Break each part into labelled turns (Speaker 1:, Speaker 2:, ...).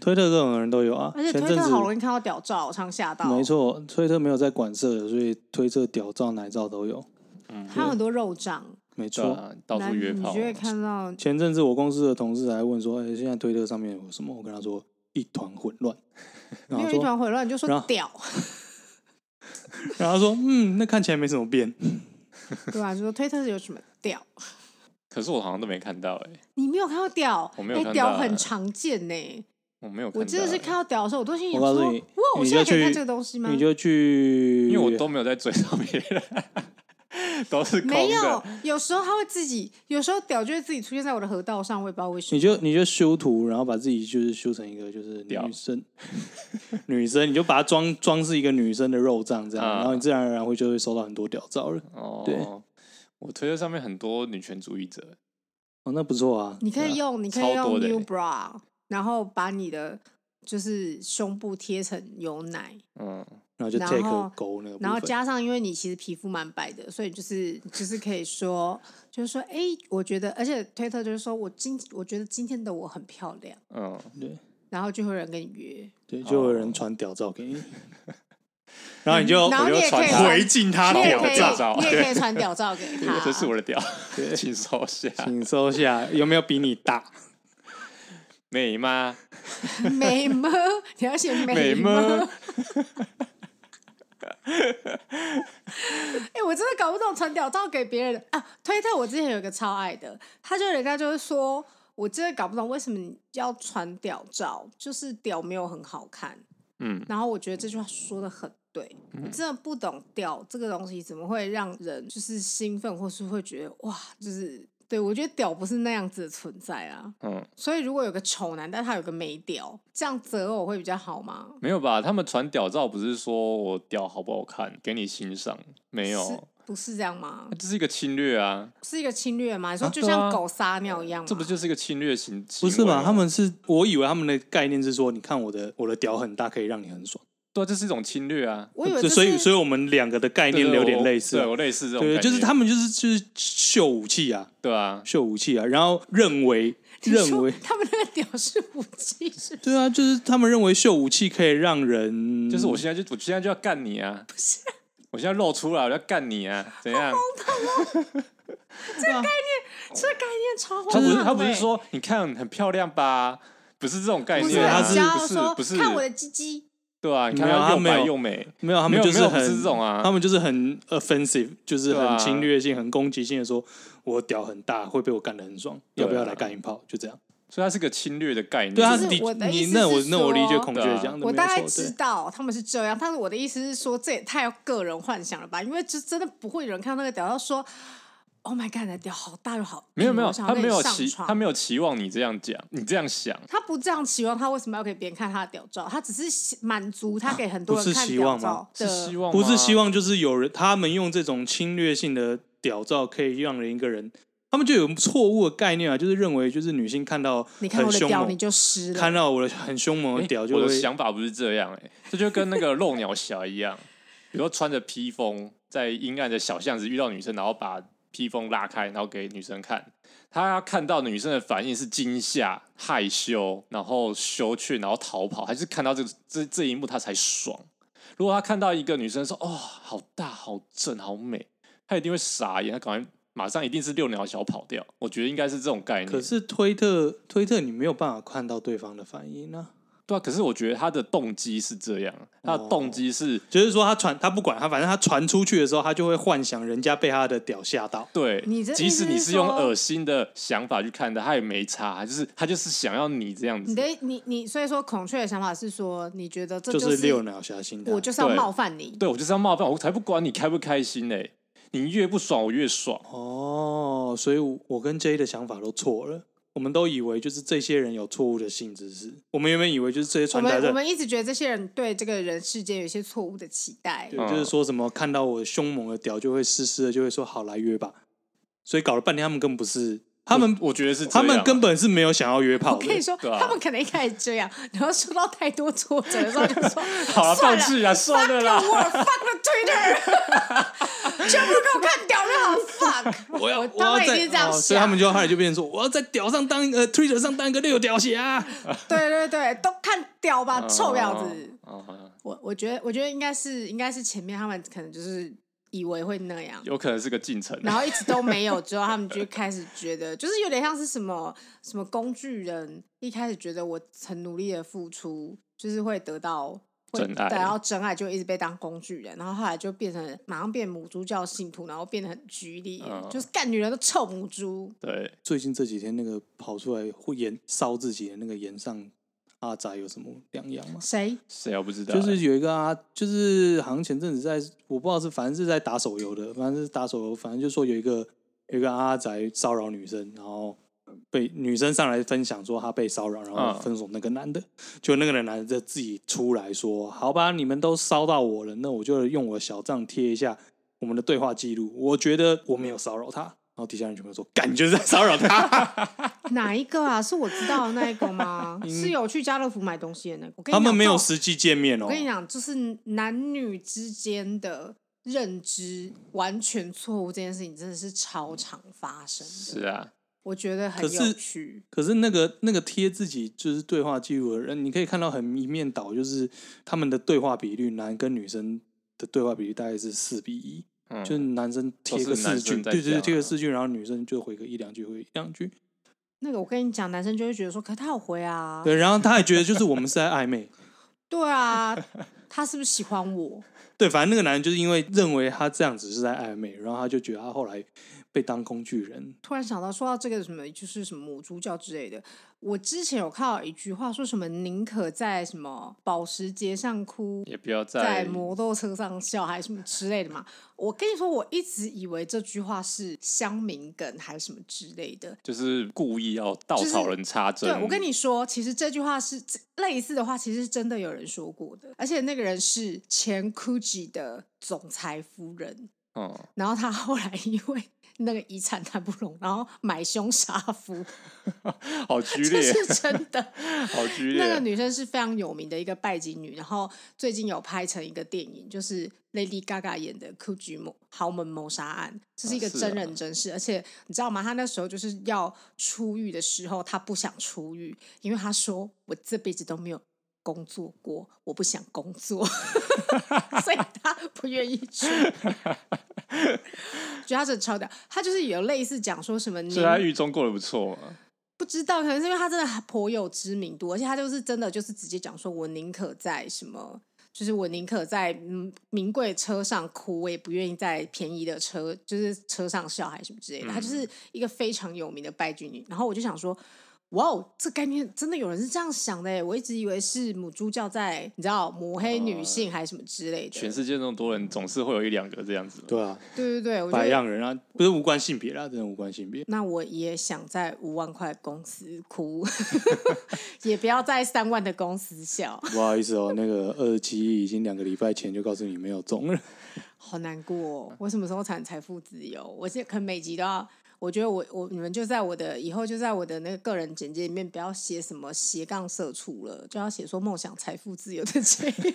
Speaker 1: 推特各种人都有啊。
Speaker 2: 而且
Speaker 1: 前
Speaker 2: 推
Speaker 1: 阵
Speaker 2: 特
Speaker 1: 子
Speaker 2: 好容易看到屌照，我常吓到。
Speaker 1: 没，错，推特没有在管色的，所以推特屌照、奶照都有。
Speaker 2: 还有很多肉账，
Speaker 1: 没
Speaker 3: 对
Speaker 1: 错，
Speaker 3: 啊，到处
Speaker 2: 男
Speaker 3: 约
Speaker 2: 你
Speaker 3: 炮
Speaker 2: 就，会看到
Speaker 1: 前阵子我公司的同事还问说：“哎、现在推特上面有什么？”我跟他说：“一团混 乱。”然后
Speaker 2: 没有
Speaker 1: 他
Speaker 2: 一
Speaker 1: 说，
Speaker 2: 团混乱，你就说
Speaker 1: 然后
Speaker 2: 屌，
Speaker 1: 然后他说：“嗯，那看起来没什么变。
Speaker 2: 对吧？就说推特有什么屌，
Speaker 3: 可是我好像都没看到哎，
Speaker 2: 你没有看到屌，
Speaker 3: 我没有
Speaker 2: 哎
Speaker 3: 看到
Speaker 2: 屌
Speaker 3: 啊
Speaker 2: 很常见呢。
Speaker 3: 我没有看到，欸
Speaker 2: 我真的是看，到屌的时候，我都心里
Speaker 1: 我告
Speaker 2: 想
Speaker 1: 诉
Speaker 2: 说，
Speaker 1: 你
Speaker 2: 哇，我
Speaker 1: 你
Speaker 2: 现在
Speaker 1: 就
Speaker 2: 可以
Speaker 1: 去
Speaker 2: 看这个东西”吗？
Speaker 1: 你就去，
Speaker 3: 因为我都没有在追到别人， 都是空
Speaker 2: 没有
Speaker 3: 的，，
Speaker 2: 有时候他会自己，有时候屌就会自己出现在我的河道上，我也不知道为什
Speaker 1: 你
Speaker 2: 么。
Speaker 1: 就你就修图，然后把自己就是修成一个就是
Speaker 3: 屌
Speaker 1: 女生， 女生你就把它装装饰一个女生的肉胀这样，
Speaker 3: 啊
Speaker 1: 然后你自然而然会就会收到很多屌照了。
Speaker 3: 哦，
Speaker 1: 对，
Speaker 3: 我推特上面很多女权主义者，
Speaker 1: 哦，那不错啊，
Speaker 2: 你可
Speaker 1: 对
Speaker 2: 以
Speaker 1: 啊
Speaker 2: 用，你可以
Speaker 3: 超多
Speaker 2: 用
Speaker 3: 的
Speaker 2: new
Speaker 3: 欸
Speaker 2: bra，然后把你的就是胸部贴成有奶，
Speaker 3: 嗯，
Speaker 1: 然后就
Speaker 2: 然
Speaker 1: take
Speaker 2: 后
Speaker 1: 勾那个部
Speaker 2: 然后
Speaker 1: 分
Speaker 2: 加上因为你其实皮肤蛮白的，所以就是就是可以说，就是说，哎、我觉得，而且推特就是说我今我觉得今天的我很漂亮，
Speaker 3: 嗯，
Speaker 1: 对
Speaker 2: 然后就会有人跟你约，
Speaker 1: 对，就有人传屌照给 你，然后你就
Speaker 2: 嗯然后你也可以
Speaker 3: 我就传
Speaker 2: 传
Speaker 1: 回敬他
Speaker 2: 你也
Speaker 1: 屌
Speaker 2: 可以
Speaker 1: 照，
Speaker 3: 照
Speaker 2: 你也可以传屌照给他，
Speaker 3: 这是我的屌，
Speaker 1: 对
Speaker 3: 请收下，
Speaker 1: 请收下，有没有比你大？
Speaker 3: 美吗？
Speaker 2: 美吗？你要写美
Speaker 3: 美
Speaker 2: 吗
Speaker 3: 吗？
Speaker 2: 哎、我真的搞不懂传屌照给别人的啊！推特我之前有一个超爱的，他就人家就会说，我真的搞不懂为什么你要传屌照，就是屌没有很好看。
Speaker 3: 嗯，
Speaker 2: 然后我觉得这句话说的很对，我真的不懂屌这个东西怎么会让人就是兴奋，或是会觉得哇，就是对我觉得屌不是那样子的存在啊。
Speaker 3: 嗯，
Speaker 2: 所以如果有个丑男，但他有个美屌，这样择偶会比较好吗？
Speaker 3: 没有吧？他们传屌照不是说我屌好不好看，给你欣赏，没
Speaker 2: 是
Speaker 3: 有，啊
Speaker 2: 不是这样吗？
Speaker 3: 这是一个侵略啊！
Speaker 2: 是一个侵略吗？你说
Speaker 3: 啊
Speaker 2: 就
Speaker 3: 对啊
Speaker 2: 像狗撒尿一样吗？
Speaker 3: 这不就是一个侵略行？
Speaker 1: 不是
Speaker 3: 行为
Speaker 1: 吧？
Speaker 3: 吗
Speaker 1: 他们是我以为他们的概念是说，你看我的我的屌很大，可以让你很爽。
Speaker 3: 对啊，这是一种侵略啊！
Speaker 2: 我以为这
Speaker 1: 所以
Speaker 2: 是
Speaker 1: 所以我们两个的概念有点类似啊
Speaker 3: 对，我类似这种
Speaker 1: 对，
Speaker 3: 感
Speaker 1: 就是
Speaker 3: 觉
Speaker 1: 他们就是就是秀武器啊，
Speaker 3: 对啊，
Speaker 1: 秀武器啊，然后认为
Speaker 2: 你说
Speaker 1: 认为，
Speaker 2: 他们那个屌是武器 是
Speaker 1: 对啊，就是他们认为秀武器可以让人，
Speaker 3: 就是我现在就我现在就要干你啊！不是，我现在露出来，我要干你啊！怎样？
Speaker 2: 这概念超
Speaker 3: 他
Speaker 2: 荒
Speaker 3: 不是
Speaker 1: 啊
Speaker 2: 唐
Speaker 3: 他不是
Speaker 2: 的欸
Speaker 3: 说你看很漂亮吧？不是这种概
Speaker 2: 不
Speaker 3: 念
Speaker 2: 是
Speaker 3: 啊，
Speaker 1: 他
Speaker 2: 很
Speaker 1: 是
Speaker 2: 骄
Speaker 3: 不
Speaker 2: 傲
Speaker 3: 是
Speaker 2: 说
Speaker 3: 不是
Speaker 2: 看我的鸡鸡，
Speaker 3: 对啊，你看
Speaker 1: 没有
Speaker 3: 他
Speaker 1: 他
Speaker 3: 又
Speaker 1: 没
Speaker 3: 白
Speaker 1: 有
Speaker 3: 又美，
Speaker 1: 没有他
Speaker 3: 没
Speaker 1: 们
Speaker 3: 有
Speaker 1: 就
Speaker 3: 没有不
Speaker 1: 很
Speaker 3: 是这种啊
Speaker 1: 他们就是很 offensive，就是
Speaker 3: 对啊
Speaker 1: 很侵略性、很攻击性的说，我屌很大，会被我干得很爽，
Speaker 3: 对啊
Speaker 1: 要不要来干一炮？就这样。
Speaker 3: 所以它是个侵略的概念。
Speaker 1: 对啊，
Speaker 2: 就是
Speaker 1: 你
Speaker 2: 我的意
Speaker 1: 你
Speaker 2: 思
Speaker 1: 那我
Speaker 2: 是
Speaker 1: 那我理解
Speaker 2: 说
Speaker 1: 孔雀
Speaker 3: 对啊
Speaker 1: 讲的
Speaker 2: 我
Speaker 1: 没
Speaker 2: 大概
Speaker 1: 有错，
Speaker 2: 知
Speaker 1: 对。
Speaker 2: 道他们是这样，但是我的意思是说，这也太个人幻想了吧？因为就真的不会有人看到那个屌，要说 “Oh my God”，你的屌好大又好硬，
Speaker 3: 没有没有，
Speaker 2: 我想要
Speaker 3: 他
Speaker 2: 跟
Speaker 3: 没
Speaker 2: 你
Speaker 3: 有
Speaker 2: 上
Speaker 3: 期
Speaker 2: 床
Speaker 3: 他没有期望你这样讲，你这样想，
Speaker 2: 他不这样期望，他为什么要给别人看他的屌照？他只是满足他给很多
Speaker 1: 啊不
Speaker 2: 人
Speaker 1: 是
Speaker 2: 看
Speaker 1: 希
Speaker 2: 屌
Speaker 1: 望
Speaker 2: 照
Speaker 1: 吗
Speaker 2: 的
Speaker 3: 是希望
Speaker 1: 不
Speaker 3: 吗
Speaker 1: 是希望就是有人他们用这种侵略性的屌照可以让人一个人，他们就有错误的概念啊，就是认为就是女性看到
Speaker 2: 你看
Speaker 1: 很
Speaker 2: 我的
Speaker 1: 凶
Speaker 2: 屌，你
Speaker 1: 猛，
Speaker 2: 就湿
Speaker 1: 看
Speaker 2: 了。
Speaker 1: 到我的很凶猛的
Speaker 3: 诶
Speaker 1: 屌就
Speaker 3: 我
Speaker 1: 会
Speaker 3: 的想法不是这样哎、欸这就跟那个漏鸟侠一样，比如说穿着披风在阴暗的小巷子遇到女生，然后把披风拉开，然后给女生看，他看到女生的反应是惊吓、害羞，然后羞怯，然后逃跑，还是看到这这这一幕他才爽。如果他看到一个女生说：“哦，好大、好正、好美”，他一定会傻眼，他赶快马上一定是六鸟小跑掉。我觉得应该是这种概念。
Speaker 1: 可是推特推特你没有办法看到对方的反应啊，
Speaker 3: 对啊，可是我觉得他的动机是这样，他的
Speaker 1: 哦
Speaker 3: 动机是、
Speaker 1: 就是说他传他不管他，反正他传出去的时候，他就会幻想人家被他的屌吓到。
Speaker 3: 对，
Speaker 2: 你这
Speaker 3: 即
Speaker 2: 意思
Speaker 3: 使你
Speaker 2: 是
Speaker 3: 是用
Speaker 2: 说
Speaker 3: 恶心的想法去看的，他也没差，就是他就是想要你这样
Speaker 2: 你
Speaker 3: 子
Speaker 2: 的。你你，所以说孔雀的想法是说，你觉得这
Speaker 1: 就是
Speaker 2: 是
Speaker 1: 六鸟侠心态，
Speaker 2: 我就是要
Speaker 3: 对
Speaker 2: 冒犯你，
Speaker 3: 对我就是要冒犯，我才不管你开不开心嘞、你越不爽我越爽。
Speaker 1: 哦，所以我我跟 J 的想法都错了。我们都以为就是这些人有错误的性知识，我们原本以为就是这些
Speaker 2: 我
Speaker 1: 传达
Speaker 2: 们我
Speaker 1: 者，
Speaker 2: 们一直觉得这些人对这个人世间有一些错误的期待，
Speaker 1: 对，啊就是说什么看到我凶猛的屌就会湿湿的，就会说好来约吧。所以搞了半天，他们根本不啊是，他们
Speaker 3: 我觉得是这
Speaker 1: 他
Speaker 3: 样
Speaker 1: 们根本是没有想要约炮
Speaker 2: 我跟你
Speaker 1: 的。
Speaker 2: 说，
Speaker 3: 对啊
Speaker 2: 他们可能一开始这样，然后受到太多挫折的时候，就 说
Speaker 3: 好了，
Speaker 2: 算
Speaker 3: 放
Speaker 2: 了
Speaker 3: 弃啊，算了
Speaker 2: fuck。
Speaker 3: 啦
Speaker 2: the world, fuck the Twitter，全 部都给我看屌就好 fuck。
Speaker 1: 我要我
Speaker 2: 他
Speaker 1: 要
Speaker 2: 们已
Speaker 1: 在
Speaker 2: 经这样
Speaker 1: 哦
Speaker 2: 想啊
Speaker 1: 所以 他们就后来就变成说，我要在屌上当一个呃 Twitter 上当一个六屌侠。
Speaker 2: 对对对，都看屌吧，
Speaker 3: 嗯
Speaker 2: 臭婊子！！
Speaker 3: 哦 哦哦
Speaker 2: 我我觉得，我觉得应该是应该是前面他们可能就是以为会那样，
Speaker 3: 有可能是个进程。
Speaker 2: 然后一直都没有，之后他们就开始觉得， 就是有点像是什么什么工具人，一开始觉得我很努力的付出，就是会得到。会
Speaker 3: 真爱
Speaker 2: 得到真爱就一直被当工具人，然后后来就变成马上变母猪教信徒，然后变得很局里，
Speaker 3: 嗯
Speaker 2: 就是干女人都臭母猪。
Speaker 3: 对，
Speaker 1: 最近这几天那个跑出来会延烧自己的那个延上阿宅有什么两样吗？
Speaker 2: 谁？
Speaker 3: 谁要不知道？
Speaker 1: 就是有一个啊，就是好像前阵子在，我不知道是反正是在打手游的，反正是打手游，反正就说有一个有一个阿宅骚扰女生，然后被女生上来分享说她被骚扰，然后分手那个男的，就那个男的自己出来说，好吧，你们都骚到我了，那我就用我的小账贴一下我们的对话记录，我觉得我没有骚扰她，然后底下人全部说，干你就是在骚扰她。
Speaker 2: 哪一个啊？是我知道的那一 个吗？是有去家乐福买东西的那个。我跟你
Speaker 1: 他
Speaker 2: 讲
Speaker 1: 们没有
Speaker 2: 照
Speaker 1: 实际见面哦
Speaker 2: 我。跟你讲，就是男女之间的认知完全错误这件事情，真的是超常发生的。
Speaker 3: 是啊，
Speaker 2: 我觉得很
Speaker 1: 可是
Speaker 2: 有趣。
Speaker 1: 可是那个那个贴自己就是对话记录的人，你可以看到很一面倒，就是他们的对话比率，男跟女生的对话比率大概是四比一、
Speaker 3: 嗯
Speaker 1: 就是男生贴个
Speaker 3: 都是男
Speaker 1: 四句，
Speaker 3: 生在
Speaker 1: 对对，
Speaker 3: 讲
Speaker 1: 对
Speaker 3: 啊
Speaker 1: 贴个四句，然后女生就回个一两句，回一两句，
Speaker 2: 那个我跟你讲，男生就会觉得说，可他有回啊，
Speaker 1: 对，然后他还觉得就是我们是在暧昧，
Speaker 2: 对 啊，他是不是喜欢我？
Speaker 1: 对，反正那个男人就是因为认为他这样子是在暧昧，然后他就觉得他后来被当工具人，
Speaker 2: 突然想到，说到这个什么，就是什么母猪教之类的，我之前有看到一句话，说什么宁可在什么保时捷上哭，
Speaker 3: 也不要
Speaker 2: 在
Speaker 3: 再
Speaker 2: 摩托车上笑，还是什么之类的嘛。我跟你说，我一直以为这句话是乡民梗还是什么之类的。
Speaker 3: 就是故意要稻
Speaker 2: 就是
Speaker 3: 草人插针。
Speaker 2: 对，我跟你说，其实这句话是类似的话，其实是真的有人说过的，而且那个人是前 Gucci 的总裁夫人，
Speaker 3: 嗯，
Speaker 2: 然后他后来因为那个遗产谈不拢，然后买凶杀夫，
Speaker 3: 好剧
Speaker 2: 这
Speaker 3: 烈，
Speaker 2: 是真的。
Speaker 3: 好剧
Speaker 2: 那个
Speaker 3: 烈。
Speaker 2: 女生是非常有名的一个拜金女，然后最近有拍成一个电影，就是 Lady Gaga 演的《酷菊谋豪门谋杀案》，这是一个
Speaker 3: 啊是啊
Speaker 2: 真人真事，而且你知道吗？她那时候就是要出狱的时候，她不想出狱，因为她说我这辈子都没有。工作过，我不想工 作， 所以她不愿意出。觉得她真的超屌，她就是有类似讲说什么，
Speaker 3: 所以他狱中过得不错嘛，
Speaker 2: 不知道，可能是因为他真的颇有知名度，而且他就是真的就是直接讲说，我宁可在什么，就是我宁可在嗯名贵车上哭，我也不愿意在便宜的车就是车上笑还是什么之类的。他就是一个非常有名的拜金女。然后我就想说，哇哦，这概念真的有人是这样想的耶！我一直以为是母猪教在你知道抹黑女性还是什么之类的。
Speaker 3: 全世界那么多人，总是会有一两个这样子嘛。
Speaker 1: 对啊，
Speaker 2: 对对对，我觉
Speaker 1: 白
Speaker 2: 得
Speaker 1: 样人啊，不是无关性别啦，真的无关性别。
Speaker 2: 那我也想在五万块公司哭， 也不要在三万的公司笑。
Speaker 1: 不好意思哦，那个二十七亿已经两个礼拜前就告诉你没有中了。
Speaker 2: 好难过、
Speaker 1: 嗯
Speaker 2: 哦，我什么时候才能财富自由？我现在可能每集都要，我觉得我我你们就在我的以后就在我的那个个人简介里面不要写什么斜杠社畜了，就要写说梦想财富自由的建 议，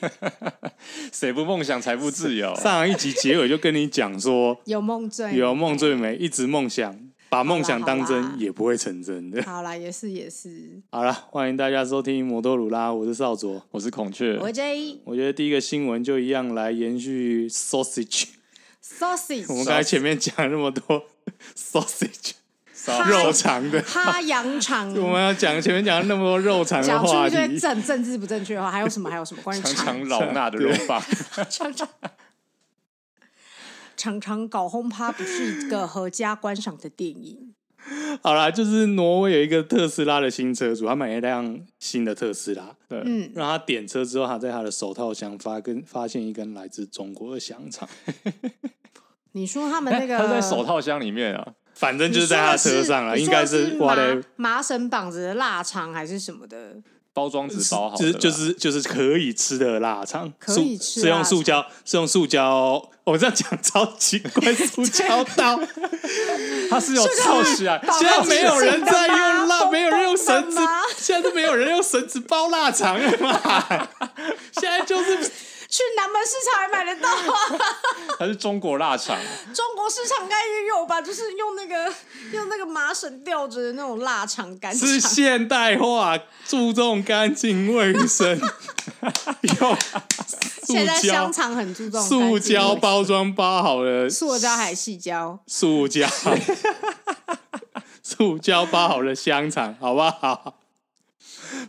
Speaker 3: 谁不梦想财富自由？啊
Speaker 1: 上一集结尾就跟你讲说，
Speaker 2: 有梦最美
Speaker 1: 有梦最美，一直梦想，把梦想当
Speaker 2: 好啦
Speaker 1: 真也不会成真的。
Speaker 2: 好啦，也是也是，
Speaker 1: 好了，欢迎大家收听摩托鲁拉，我是少卓。
Speaker 3: 我是孔雀，
Speaker 2: 我 J
Speaker 1: 我觉得第一个新闻就一样来延续 sausage，我
Speaker 2: sausage
Speaker 1: 们刚才前面讲了那么多 sausage
Speaker 3: 骚
Speaker 2: 嗨
Speaker 1: 肉肠的，
Speaker 2: 哈羊肠，
Speaker 1: 我们要讲前面讲了那么多肉肠的
Speaker 2: 讲出
Speaker 1: 话
Speaker 2: 一堆
Speaker 1: 题，
Speaker 2: 政政治不正确的话，还有什么还有什么关于
Speaker 3: 常
Speaker 2: 肠
Speaker 3: 常老衲的肉棒，
Speaker 2: 常常常常搞轰趴不是一个合家观赏的电影。
Speaker 1: 好啦，就是挪威有一个特斯拉的新车主，他买了一辆新的特斯拉，对，
Speaker 2: 嗯
Speaker 1: 让他点车之后，他在他的手套箱发根发现一根来自中国的香肠，
Speaker 2: 你说他们 那
Speaker 3: 哎
Speaker 2: 个
Speaker 3: 他在手套箱里面啊，
Speaker 1: 反正就是在他的车上了，
Speaker 2: 嗯你
Speaker 1: 应
Speaker 2: 说的
Speaker 1: 该
Speaker 2: 是
Speaker 1: 挖的
Speaker 2: 麻，麻绳绑着的腊肠还是什么的？
Speaker 3: 包装纸包好
Speaker 1: 就
Speaker 3: 的啦，
Speaker 1: 是就是就是可以吃的腊肠，
Speaker 2: 可以
Speaker 1: 塑
Speaker 2: 吃
Speaker 1: 是
Speaker 2: 腊
Speaker 1: 用
Speaker 2: 肠
Speaker 1: 塑胶是用塑胶，我这样讲超奇 怪，塑胶刀，
Speaker 3: 它是有
Speaker 2: 套
Speaker 3: 凑起来，
Speaker 2: 绑
Speaker 1: 现在没有人在用
Speaker 2: 绑
Speaker 1: 蜡，
Speaker 2: 着
Speaker 1: 没有人用绳
Speaker 2: 绑
Speaker 1: 子
Speaker 2: 着吗，
Speaker 1: 现在都没有人用绳子包腊肠了嘛，现在就是
Speaker 2: 去南门市场还买得到 啊，
Speaker 3: 它是中国腊肠，
Speaker 2: 中国市场应该也有吧？就是用那个用那个麻绳吊着的那种腊肠干肠
Speaker 1: 是，现代化，注重干净卫 生，用
Speaker 2: 现在
Speaker 1: 塑胶
Speaker 2: 香肠很注重
Speaker 1: 塑胶
Speaker 2: 包，
Speaker 1: 包装包好的
Speaker 2: 塑胶还是细胶？
Speaker 1: 塑 胶塑胶包好的香肠，好不好？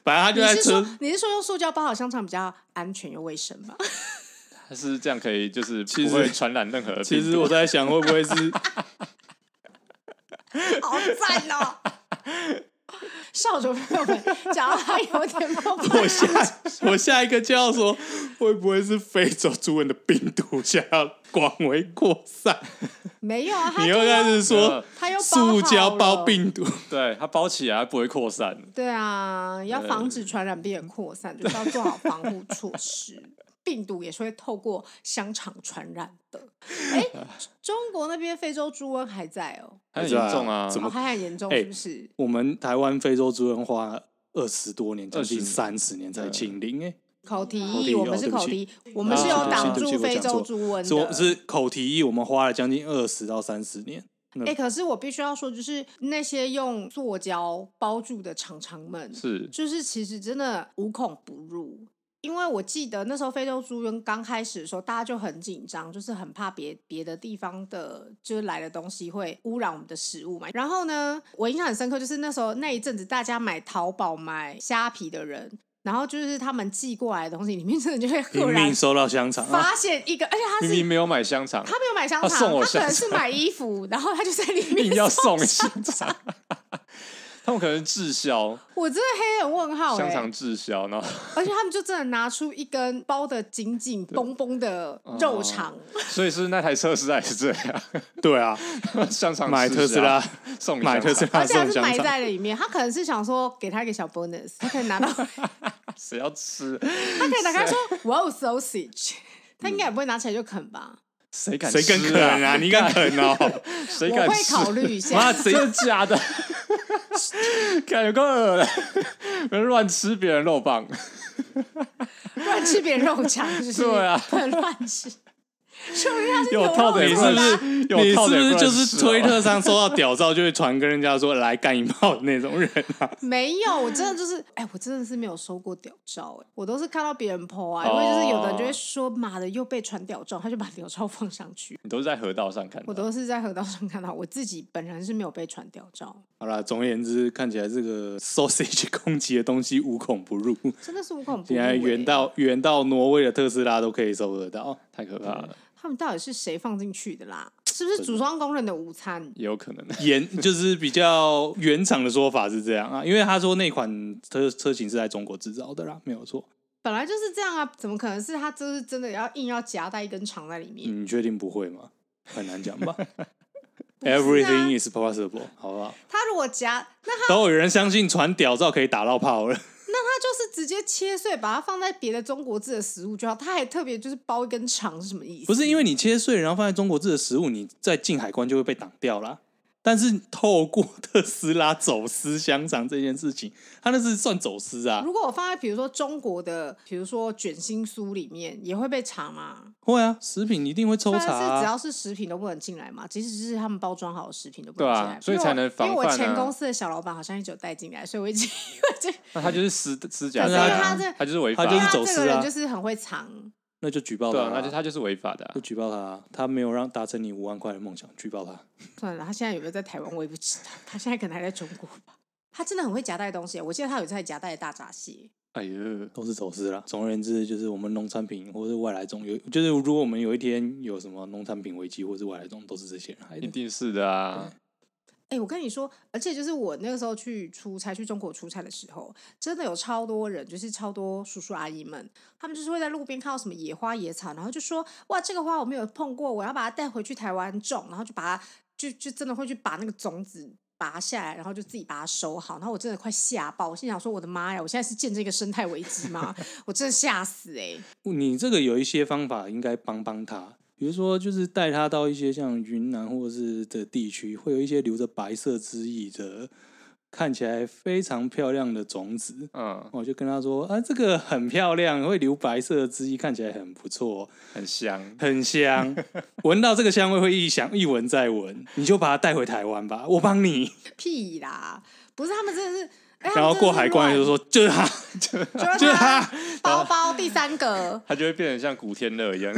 Speaker 1: 反正他就
Speaker 2: 你
Speaker 1: 在
Speaker 2: 是说
Speaker 1: 车，
Speaker 2: 你是说用塑胶包好香肠比较安全又卫生吗？
Speaker 3: 它是这样可以就是
Speaker 1: 其
Speaker 3: 不
Speaker 1: 实
Speaker 3: 会传染任何病毒。
Speaker 1: 其实我在想会不会是
Speaker 2: 好赞哦！ 少主朋友们，讲到他有点冒
Speaker 1: 我
Speaker 2: 犯，
Speaker 1: 下我下一个就要说，会不会是非洲猪瘟的病毒想要广为扩 散？
Speaker 2: 没有啊，他
Speaker 1: 你
Speaker 2: 就
Speaker 1: 又开始说
Speaker 3: 呃
Speaker 2: 他又包
Speaker 1: 塑胶
Speaker 2: 好
Speaker 1: 包
Speaker 2: 了，
Speaker 1: 病毒，
Speaker 3: 对它包起来它不会扩散。
Speaker 2: 对啊，要防止传染病的扩散，就是要做好防 护措施。病毒也是会透过香肠传染的。哎， 中国那边非洲猪瘟还在哦，
Speaker 3: 它很严重
Speaker 1: 还
Speaker 3: 啊
Speaker 1: 在，怎么
Speaker 2: 哦，还很严重，
Speaker 1: 哎
Speaker 2: 是不是？
Speaker 1: 我们台湾非洲猪瘟花二十多年，将近
Speaker 3: 20
Speaker 1: 三十年才清零哎、
Speaker 2: 口蹄
Speaker 1: 口蹄疫
Speaker 2: 疫，
Speaker 1: 哦
Speaker 2: 我们是口蹄疫，我们
Speaker 3: 啊
Speaker 2: 是有挡
Speaker 1: 对不起
Speaker 2: 住
Speaker 1: 对不起
Speaker 2: 非
Speaker 1: 我讲
Speaker 2: 洲
Speaker 1: 错
Speaker 2: 猪瘟
Speaker 1: 是我
Speaker 2: 的。
Speaker 1: 是口蹄疫，我们花了将近二十到三十年。
Speaker 2: 哎、可是我必须要说，就是那些用塑胶包住的厂商们，
Speaker 3: 是
Speaker 2: 就是其实真的无孔不入。因为我记得那时候非洲猪瘟刚开始的时候，大家就很紧张，就是很怕别别的地方的，就是来的东西会污染我们的食物嘛。然后呢，我印象很深刻，就是那时候那一阵子，大家买淘宝买虾皮的人，然后就是他们寄过来的东西里面，真的就会赫
Speaker 1: 明
Speaker 2: 然
Speaker 1: 明收到香肠啊，
Speaker 2: 发现一个，而且他
Speaker 3: 明
Speaker 2: 是
Speaker 3: 明没有买香肠，
Speaker 2: 他没有买香
Speaker 3: 他
Speaker 2: 肠，
Speaker 3: 送我
Speaker 2: 可能
Speaker 3: 香
Speaker 2: 是
Speaker 3: 肠
Speaker 2: 买衣服，然后他就在 里面
Speaker 3: 硬要
Speaker 2: 送
Speaker 3: 送香肠，他们可能滞销
Speaker 2: 我真的黑人问号哎、
Speaker 3: 香肠滞销，然后
Speaker 2: 而且他们就真的拿出一根包的紧紧绷绷的肉肠，
Speaker 3: 所以是那台车是还是这样，
Speaker 1: 对啊，
Speaker 3: 香肠
Speaker 1: 买
Speaker 3: 滞
Speaker 1: 特斯拉
Speaker 3: 销，送 你
Speaker 1: 买特
Speaker 3: 香
Speaker 1: 斯
Speaker 3: 肠
Speaker 1: 拉
Speaker 2: 而且还
Speaker 1: 送
Speaker 2: 是
Speaker 1: 香
Speaker 2: 埋
Speaker 1: 肠，
Speaker 2: 在了里面。他可能是想说给他一个小 bonus，他可以拿到，他
Speaker 3: 谁要吃？
Speaker 2: 可以打开说 Wow sausage，他应该也不会拿起来就啃吧。
Speaker 3: 谁敢吃
Speaker 1: 谁敢啃啊？你敢啃哦？
Speaker 3: 谁
Speaker 2: 我
Speaker 3: 敢
Speaker 2: 会
Speaker 3: 吃？
Speaker 2: 考虑一下，
Speaker 3: 妈，真的假的？感觉够恶了，不要乱吃别人肉棒，
Speaker 2: 乱吃别人肉肠就是
Speaker 3: 对啊
Speaker 2: 不能乱吃。 说不定他是
Speaker 3: 有套的也
Speaker 1: 你
Speaker 3: 不
Speaker 1: 是
Speaker 3: 能
Speaker 1: 不
Speaker 2: 啦
Speaker 1: 是
Speaker 3: 吃
Speaker 1: 你
Speaker 3: 有
Speaker 1: 是
Speaker 3: 套
Speaker 1: 不
Speaker 3: 的也
Speaker 1: 是
Speaker 3: 不能
Speaker 1: 就是
Speaker 3: 吃哦
Speaker 1: 推特上收到屌照就会传跟人家说来干一炮的那种人 啊？
Speaker 2: 没有，我真的就是，哎、我真的是没有收过屌照、哎，我都是看到别人 PO 啊，因为就是有的人就会说，妈的又被传屌照，他就把屌照放上去。
Speaker 3: 你都是在河道上看
Speaker 2: 我
Speaker 3: 的，
Speaker 2: 都是在河道上看到，我自己本人是没有被传屌照，
Speaker 1: 好啦，总而言之，看起来这个 sausage 攻击的东西无孔不入，
Speaker 2: 真的是无孔不
Speaker 1: 现
Speaker 2: 入、
Speaker 1: 在
Speaker 2: 哎
Speaker 1: 远到远到挪威的特斯拉都可以收得到。
Speaker 3: 太可怕了，
Speaker 2: 他们到底是谁放进去的啦？是不是组装工人的午餐？
Speaker 3: 也有可能。
Speaker 1: 原就是比较原厂的说法是这样啊，因为他说那款车车型是在中国制造的啦，没有错。
Speaker 2: 本来就是这样啊，怎么可能是他就是真的要硬要夹带一根肠在里
Speaker 3: 嗯
Speaker 2: 面？
Speaker 1: 你确定不会吗？很难讲吧
Speaker 2: 是啊
Speaker 1: ？Everything is possible，好不好？
Speaker 2: 他如果夹，那
Speaker 1: 都有人相信传屌照可以打到炮了，
Speaker 2: 他就是直接切碎，把它放在别的中国制的食物就好。他还特别就是包一根肠是什么意思？
Speaker 1: 不是因为你切碎然后放在中国制的食物，你在进海关就会被挡掉啦。但是透过特斯拉走私香肠这件事情，他那是算走私啊，
Speaker 2: 如果我放在比如说中国的，比如说卷心酥里面，也会被查吗？
Speaker 1: 会啊，食品一定会抽
Speaker 2: 但
Speaker 1: 查、
Speaker 2: 是只
Speaker 1: 啊。
Speaker 2: 要是食品都不能进来嘛，即使是他们包装好的食品都不
Speaker 3: 对
Speaker 2: 能
Speaker 3: 啊
Speaker 2: 进来嘛，
Speaker 3: 所以
Speaker 2: 因为
Speaker 3: 才
Speaker 2: 我
Speaker 3: 能防
Speaker 2: 因为我
Speaker 3: 范
Speaker 2: 前
Speaker 3: 啊
Speaker 2: 公司的小老板好像一直有带进来，所以我已经
Speaker 3: 那他就是 私私假
Speaker 1: 但是
Speaker 3: 单
Speaker 1: 他
Speaker 3: 啊
Speaker 2: 这，
Speaker 3: 他就是违法
Speaker 1: 他
Speaker 3: 的
Speaker 1: 就是
Speaker 3: 啊，
Speaker 1: 走
Speaker 2: 这
Speaker 1: 私
Speaker 2: 个人
Speaker 1: 啊，
Speaker 2: 就是很会藏。
Speaker 1: 那就举报他
Speaker 3: 对
Speaker 1: 啊、
Speaker 3: 啊，那就他就是违法的啊
Speaker 1: 就。举报他啊，他没有让达成你五万块的梦想，举报他。
Speaker 2: 算了，他现在有没有在台湾我也不知道，他现在可能还在中国吧。他真的很会夹带东西，我记得他有一次还夹带大闸蟹。
Speaker 3: 哎呦，
Speaker 1: 都是走私啦。总而言之，就是我们农产品或是外来种有，就是如果我们有一天有什么农产品危机或是外来种，都是这些人害
Speaker 3: 一
Speaker 1: 的。
Speaker 3: 定是的啊。
Speaker 2: 哎、我跟你说，而且就是我那个时候去出差，去中国出差的时候，真的有超多人，就是超多叔叔阿姨们，他们就是会在路边看到什么野花野草，然后就说：“哇，这个花我没有碰过，我要把它带回去台湾种。”然后就把它，就就真的会去把那个种子拔下来，然后就自己把它收好。然后我真的快吓爆，我心想说：“我的妈呀，我现在是见这个生态危机吗？ 我真的吓死哎、
Speaker 1: 你这个有一些方法应该帮帮他，比如说就是带他到一些像云南或是的地区，会有一些留着白色汁液的看起来非常漂亮的种子。
Speaker 3: 嗯，
Speaker 1: 我就跟他说啊，这个很漂亮，会留白色的汁液，看起来很不错，
Speaker 3: 很香。
Speaker 1: 很香，闻到这个香味会一想一闻再闻，你就把它带回台湾吧，我帮你。
Speaker 2: 屁啦！不是他们真的是，哎
Speaker 1: 然后过海关就，说就是他，
Speaker 2: 他们真的是乱
Speaker 1: 就
Speaker 2: 就是是
Speaker 1: 他
Speaker 2: 他包包第三个，
Speaker 3: 它就会变成像古天乐一样，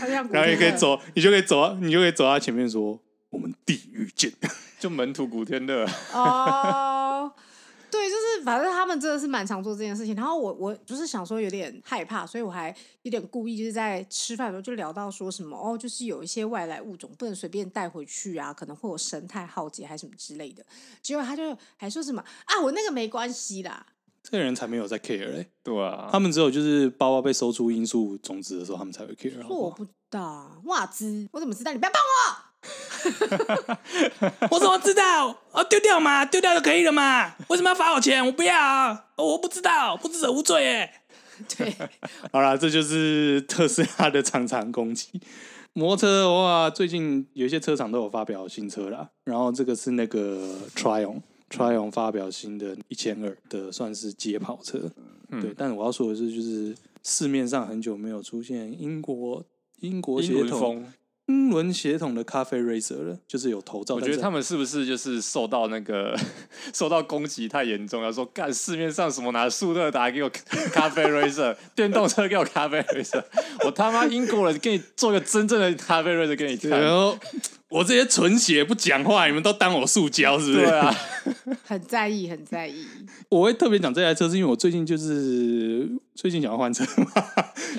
Speaker 2: 好像古
Speaker 1: 然后
Speaker 2: 天
Speaker 1: 你可以
Speaker 2: 乐，
Speaker 1: 走，你就可以走到，你就可以走到前面说我们地狱见。
Speaker 3: 就门徒古天乐。啊
Speaker 2: 哦， 对，就是反正他们真的是蛮常做这件事情。然后我我就是想说有点害怕，所以我还有点故意就是在吃饭的时候就聊到说什么哦，就是有一些外来物种不能随便带回去啊，可能会有生态浩劫还是什么之类的。结果他就还说什么啊，我那个没关系啦，
Speaker 1: 这个人才没有在 care 欸嘞、
Speaker 3: 对啊，
Speaker 1: 他们只有就是包包被搜出罂粟种子的时候，他们才会 care 好
Speaker 2: 说
Speaker 1: 不
Speaker 2: 我
Speaker 1: 好。
Speaker 2: 不知道，袜子我怎么知道？你不要帮
Speaker 1: 我怎么知道？啊，丢掉嘛，丢掉就可以了嘛。为什么要罚我钱？我不要、哦，我不知道，不知者无罪耶。
Speaker 2: 我！ 对，
Speaker 1: 好啦，这就是特斯拉的常常攻击。摩托车的话，最近有一些车厂都有发表新车啦，然后这个是那个 Triumph，Triumph 发表新的一千二的，算是街跑车。
Speaker 3: 嗯
Speaker 1: 对，但我要说的是，就是市面上很久没有出现英国英国
Speaker 3: 英
Speaker 1: 血
Speaker 3: 伦
Speaker 1: 统
Speaker 3: 风，
Speaker 1: 英伦血统的咖啡 racer 了，就是有头罩。
Speaker 3: 我觉得
Speaker 1: 但是
Speaker 3: 他们是不是就是受到那个 受到攻击太严重了？说干市面上什么拿速乐达给我 咖啡 racer，电 动车给我咖啡 racer，我 他妈英国人给你做个真正的咖啡 racer 给你
Speaker 1: 然
Speaker 3: 看。
Speaker 1: 后 我这些纯血不讲话，你们都当我塑胶是不是？
Speaker 3: 对啊，
Speaker 2: 很在意，很在意。
Speaker 1: 我会特别讲这台车，是因为我最近就是最近想要换车嘛，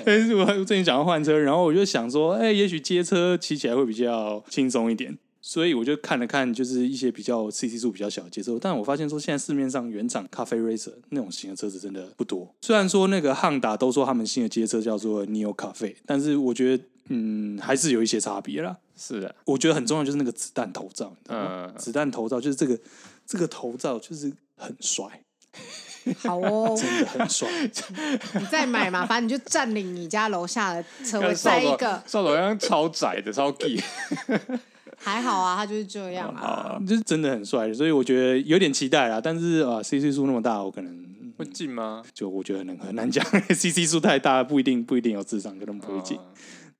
Speaker 1: 但是我最近想要换车，然后我就想说，哎、也许街车骑起来会比较轻松一点，所以我就看了看，就是一些比较 CC 数比较小的街车，但我发现说现在市面上原厂咖啡 racer 那种型的车子真的不多。虽然说那个汉达都说他们新的街车叫做 Neo Cafe，但是我觉得嗯还是有一些差别啦。
Speaker 3: 是的，
Speaker 1: 我觉得很重要就是那个子弹头罩，你知道吗？
Speaker 3: 嗯
Speaker 1: 子弹头罩就是这个这个头罩就是很帅。
Speaker 2: 好哦，
Speaker 1: 真的很爽。
Speaker 2: 你再买嘛，反正你就占领你家楼下的车位，
Speaker 3: 看
Speaker 2: 塞
Speaker 3: 少
Speaker 2: 一
Speaker 3: 佐
Speaker 2: 个，
Speaker 3: 少佐像超窄的，超 gay。
Speaker 2: 还好啊，他就是这样
Speaker 1: 哦
Speaker 2: 啊。
Speaker 1: 就是真的很帅，所以我觉得有点期待啦。但是啊，CC 数那么大，我可能
Speaker 3: 会进 吗？
Speaker 1: 就我觉得很很难讲 ，CC 数太大不一定不一定有智商，可能不会进。
Speaker 3: 啊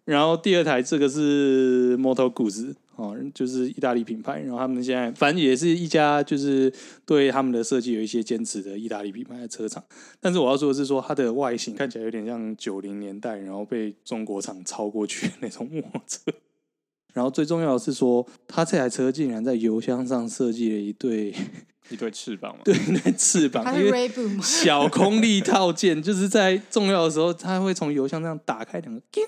Speaker 1: 然后第二台这个是 Moto Guzzi 哦，就是意大利品牌，然后他们现在反正也是一家就是对他们的设计有一些坚持的意大利品牌的车厂。但是我要说的是说，它的外形看起来有点像九零年代，然后被中国厂超过去的那种摩托车。 然后最重要的是说，它这台车竟然在油箱上设计了一对，
Speaker 3: 一对翅膀嘛
Speaker 1: 对一对翅膀，
Speaker 2: 他
Speaker 1: 因
Speaker 2: 是
Speaker 1: 为
Speaker 2: r a y b o o m
Speaker 1: 小空力套件，就是在重要的时候，它会从油箱这样打开两个，叮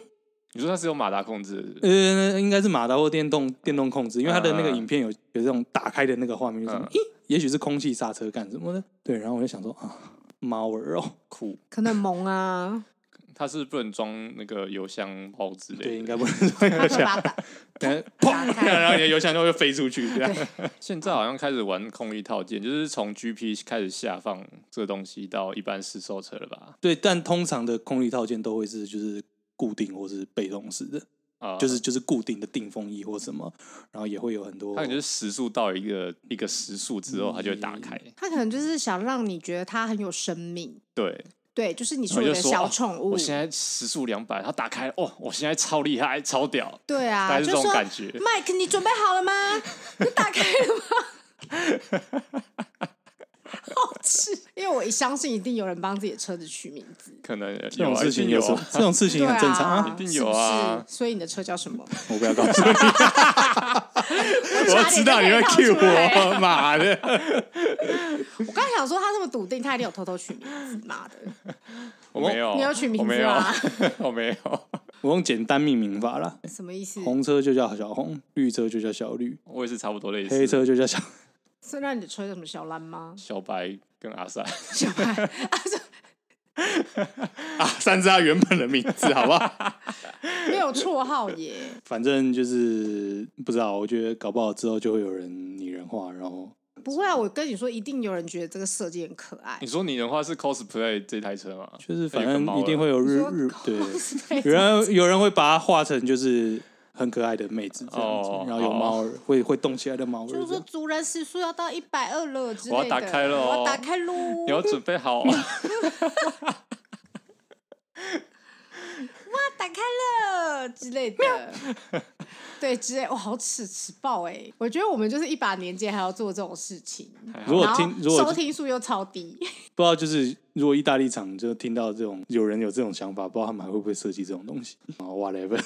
Speaker 3: 你说它是有马达控制的，
Speaker 1: 呃，应该是马达或电动电动控制，因为它的那个
Speaker 3: 嗯嗯嗯
Speaker 1: 影片有有这种打开的那个画面，就是
Speaker 3: 嗯
Speaker 1: 咦，也许是空气刹车干什么的，对，然后我就想说啊，猫儿哦，
Speaker 3: 酷，
Speaker 2: 可能萌啊，
Speaker 3: 它是不能装那个油箱包之类的。
Speaker 1: 对，应该不能说
Speaker 2: 他
Speaker 1: 油
Speaker 2: 会把
Speaker 3: 啊
Speaker 1: 箱，
Speaker 2: 它打
Speaker 1: 等下
Speaker 2: 打
Speaker 1: 砰，
Speaker 2: 开
Speaker 1: 然后你的油箱就会飞出去，这样
Speaker 3: 现在好像开始玩空力套件，就是从 GP 开始下放这个东西到一般试售车了吧？
Speaker 1: 对，但通常的空力套件都会是就是固定或是被动式的，
Speaker 3: 啊、
Speaker 1: 就是就是固定的定风翼或什么，然后也会有很多
Speaker 3: 它可能就是时速到一个一个时速之后，它就会打开。
Speaker 2: 他可能就是想让你觉得他很有生命，
Speaker 3: 对，
Speaker 2: 对，就是你
Speaker 3: 然后
Speaker 2: 说
Speaker 3: 就
Speaker 2: 的
Speaker 3: 说
Speaker 2: 小
Speaker 3: 哦
Speaker 2: 宠物
Speaker 3: 我，现在时速两百，它打开了，哦，我现在超厉害，超屌，
Speaker 2: 对
Speaker 3: 大
Speaker 2: 啊，
Speaker 3: 概是
Speaker 2: 就
Speaker 3: 这
Speaker 2: 说
Speaker 3: 种感觉。
Speaker 2: Mike，你准备好了吗？你打开了吗？ 好吃，因为我相信一定有人帮自己的车子取名字，
Speaker 3: 可能
Speaker 1: 这
Speaker 3: 有
Speaker 1: 种
Speaker 3: 啊
Speaker 1: 事情
Speaker 3: 一定有
Speaker 1: 时候
Speaker 3: 啊，
Speaker 1: 这种事情
Speaker 2: 对
Speaker 1: 很正常
Speaker 2: 啊
Speaker 1: 啊，，
Speaker 3: 一定
Speaker 2: 是
Speaker 3: 有
Speaker 2: 不
Speaker 3: 啊
Speaker 2: 是所以你的车叫什 么？
Speaker 1: 我不要告诉你。我知道你会 cue 我，妈的！
Speaker 2: 我刚想说他这么笃定，他一定有偷偷取名字，妈的！
Speaker 3: 我没有，
Speaker 2: 你有取名字
Speaker 3: 哦
Speaker 2: 啊
Speaker 3: 我没有啊
Speaker 2: 吗，
Speaker 3: 我没有，
Speaker 1: 我用简单命名法啦，
Speaker 2: 什么意思？
Speaker 1: 红车就叫小红，绿车就叫小绿，
Speaker 3: 我也是差不多类似。
Speaker 1: 黑车就叫小。
Speaker 2: 是让你的车叫什么小蓝吗？
Speaker 3: 小白跟阿三，
Speaker 2: 小白啊，这
Speaker 1: 啊，三是他原本的名字，好不好？
Speaker 2: 没有绰号耶。
Speaker 1: 反正就是不知道，我觉得搞不好之后就会有人拟人化，然后
Speaker 2: 不会啊，我跟你说，一定有人觉得这个设计很可爱
Speaker 3: 你。说拟人化是 cosplay 这台车吗？
Speaker 1: 就是反
Speaker 3: 那有
Speaker 1: 正
Speaker 3: 个猫
Speaker 1: 一定
Speaker 3: 了
Speaker 1: 会有
Speaker 2: 你
Speaker 1: 日
Speaker 2: 说
Speaker 1: 日对，
Speaker 2: cosplay
Speaker 1: 有人有人会把它画成就是很可爱的妹子这样子，
Speaker 3: 哦
Speaker 1: 然后有猫儿，会会动起来的猫儿这
Speaker 2: 就
Speaker 1: 样，
Speaker 2: 是说族人时速要到一百二了之类的，
Speaker 3: 我要打开了哦
Speaker 2: 我要打开喽。
Speaker 3: 你要准备好、啊，
Speaker 2: 打开了之类的，对，之类，哇，好耻耻爆哎、我觉得我们就是一把年纪还要做这种事情，
Speaker 1: 如果
Speaker 2: 然后
Speaker 1: 听如果
Speaker 2: 收听数又超低，
Speaker 1: 不知道就是如果意大利场就听到这种有人有这种想法，不知道他们还会不会设计这种东西啊？Whatever，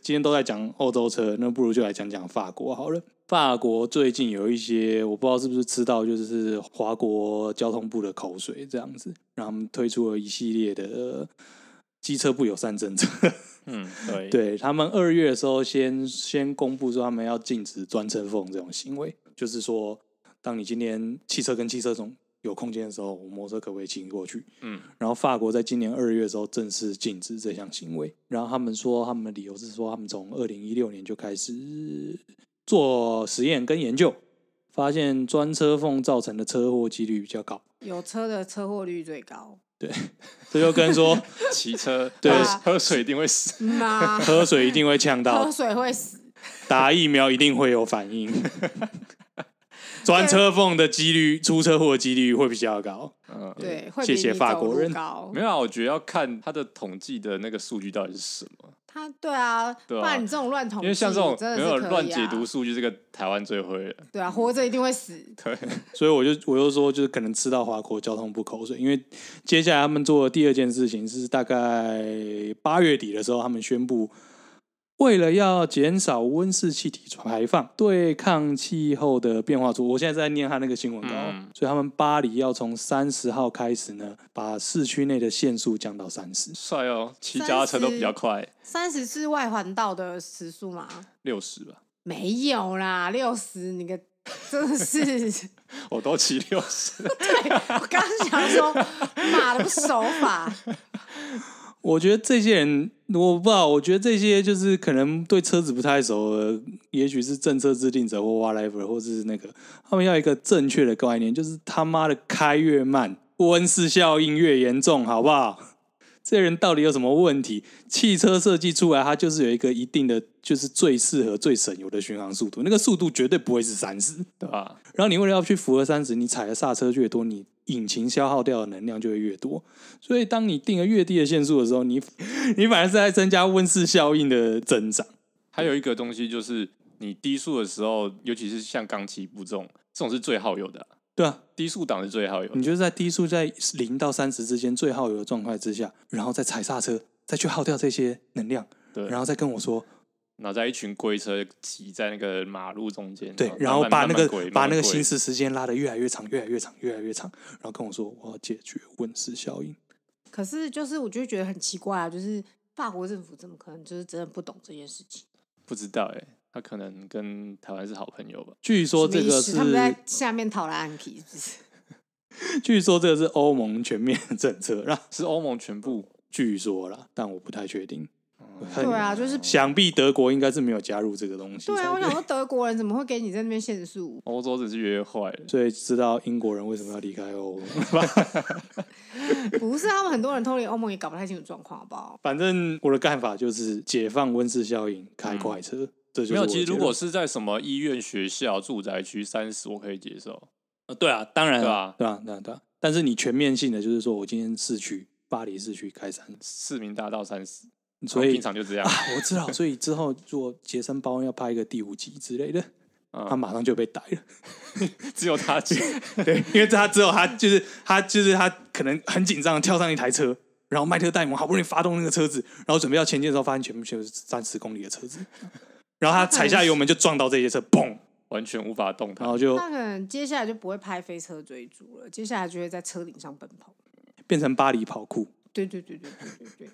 Speaker 1: 今 天都在讲欧洲车，那不如就来讲讲法国好了。法国最近有一些我不知道是不是吃到就是华国交通部的口水这样子，让他们推出了一系列的呃机车不友善政策。
Speaker 3: 嗯，对，
Speaker 1: 对他们二月的时候先先公布说他们要禁止钻车缝这种行为，就是说，当你今天汽车跟汽车中有空间的时候，我摩托车可不可以骑过去？
Speaker 3: 嗯，
Speaker 1: 然后法国在今年二月的时候正式禁止这项行为，然后他们说他们的理由是说他们从二零一六年就开始做实验跟研究，发现钻车缝造成的车祸几率比较高，
Speaker 2: 有车的车祸率最高，
Speaker 1: 这就跟说
Speaker 3: 骑车，
Speaker 1: 对，
Speaker 3: 喝喝水一定会死，
Speaker 2: 嗯啊
Speaker 1: 喝水一定会呛到
Speaker 2: 喝，水会死，
Speaker 1: 打疫苗一定会有反 应。钻车缝的几率，出车祸的几率会比较高。
Speaker 3: 嗯，
Speaker 2: 对，会
Speaker 1: 谢
Speaker 2: 比
Speaker 1: 谢
Speaker 2: 你
Speaker 1: 法
Speaker 2: 走
Speaker 1: 国
Speaker 2: 路
Speaker 1: 人
Speaker 2: 高
Speaker 3: 没。有啊，我觉得要看他的统计的那个数据到底是什么，
Speaker 2: 他对啊，
Speaker 3: 对啊
Speaker 2: 不然你这种乱统计，
Speaker 3: 因为像这种
Speaker 2: 真的
Speaker 3: 没
Speaker 2: 是
Speaker 3: 有
Speaker 2: 可以
Speaker 3: 乱
Speaker 2: 啊
Speaker 3: 解读，数据，这个台湾最会了，
Speaker 2: 对啊，活着一定会死，
Speaker 3: 对，
Speaker 1: 所以我就我就说，就是可能吃到华国交通部口水，因为接下来他们做的第二件事情是大概八月底的时候，他们宣布，为了要减少温室气体排放，对抗气候的变化组，我现在在念他那个新闻稿哦，
Speaker 3: 嗯
Speaker 1: 所以他们巴黎要从三十号开始呢，把市区内的限速降到三十。
Speaker 3: 帅哦，骑脚踏车都比较快，
Speaker 2: 三十是外环道的时速吗？
Speaker 3: 六十吧，
Speaker 2: 没有啦，六十，你个真的 是。
Speaker 3: 我都骑哦六十，
Speaker 2: 我刚想说，妈的不守法，
Speaker 1: 我觉得这些人，我不知道，我觉得这些就是可能对车子不太熟的，也许是政策制定者或 whatever，或是那个他们要一个正确的概念，就是他妈的开越慢，温室效应越严重，好不好？这些人到底有什么问题？汽车设计出来，它就是有一个一定的，就是最适合、最省油的巡航速度，那个速度绝对不会是三十。
Speaker 3: 对吧？
Speaker 1: 然后你为了要去符合三十，你踩的刹车越多，你引擎消耗掉的能量就会越多。所以当你定了越低的限速的时候，你 你反而是在增加温室效应的增长。
Speaker 3: 还有一个东西就是，你低速的时候，尤其是像刚起步这种，这种是最耗油的啊、
Speaker 1: 对啊，
Speaker 3: 低速档是最耗油的
Speaker 2: 嗯
Speaker 1: 你就是在低速在零到三十之间最耗油的状态之下，然后再踩刹车，再去耗掉这些能量，
Speaker 3: 对哦
Speaker 1: 然后再跟我说，
Speaker 3: 然后在一群龟车骑在那个马路中间，
Speaker 1: 对，然
Speaker 3: 慢
Speaker 1: 后
Speaker 3: 慢
Speaker 1: 把那个
Speaker 3: 慢慢龟
Speaker 1: 把那个
Speaker 3: 慢慢龟
Speaker 1: 行驶时间拉得越来越长，越来越长，越来越长，然后跟我说我要解决温室效应。
Speaker 2: 可是就是我就觉得很奇怪啊，就是法国政府怎么可能就是真的不懂这件事情？
Speaker 3: 不知道哎、他可能跟台湾是好朋友吧？
Speaker 1: 据说这个
Speaker 2: 什么意思
Speaker 1: 是
Speaker 2: 他们在下面讨蓝暗皮，是不是
Speaker 1: 据说这个是欧盟全面政策，让
Speaker 3: 是欧盟全部
Speaker 1: 据说啦，但我不太确定。
Speaker 3: 哦
Speaker 1: 很
Speaker 2: 对啊，
Speaker 3: 嗯
Speaker 2: 就是
Speaker 1: 想必德国应该是没有加入这个东西。
Speaker 2: 对啊，我
Speaker 1: 才
Speaker 2: 想说德国人怎么会给你在那边限速？
Speaker 3: 欧洲真是越来越坏了。
Speaker 1: 所以知道英国人为什么要离开 欧盟。
Speaker 2: 不是，他们很多人脱离欧盟也搞不太清楚状况，好不好？
Speaker 1: 反正我的看法就是解放温室效应，开快车。
Speaker 3: 嗯
Speaker 1: 这就是
Speaker 3: 没
Speaker 1: 我
Speaker 3: 有，
Speaker 1: 的
Speaker 3: 其实
Speaker 1: 结
Speaker 3: 如
Speaker 1: 论
Speaker 3: 果是在什么医院、学校、住宅区，三十我可以接受。
Speaker 1: 呃对啊，当然啊
Speaker 3: 对
Speaker 1: 对啊，对啊，对啊。但是你全面性的就是说我今天市区巴黎市区开三，
Speaker 3: 市民大道三十，
Speaker 1: 所
Speaker 3: 然后
Speaker 1: 以
Speaker 3: 嗯平常就这样
Speaker 1: 啊。，我知道，所以之后如果杰森鲍恩要拍一个第五集之类的，
Speaker 3: 嗯
Speaker 1: 他马上就被逮了。
Speaker 3: 只有他 接，
Speaker 1: 对， 因为他只有他就是他就是他可能很紧张地跳上一台车，然后麦特戴蒙好不容易发动那个车子，然后准备要前进的时候，发现全部全部是三十公里的车子，然后他踩下油门就撞到这些车，嘣，
Speaker 3: 完全无法动
Speaker 1: 然
Speaker 3: 弹。
Speaker 1: 后就
Speaker 2: 那可能接下来就不会拍飞车追逐了，接下来就会在车顶上奔跑。
Speaker 1: 变成巴黎跑酷。
Speaker 2: 对对对对对对对，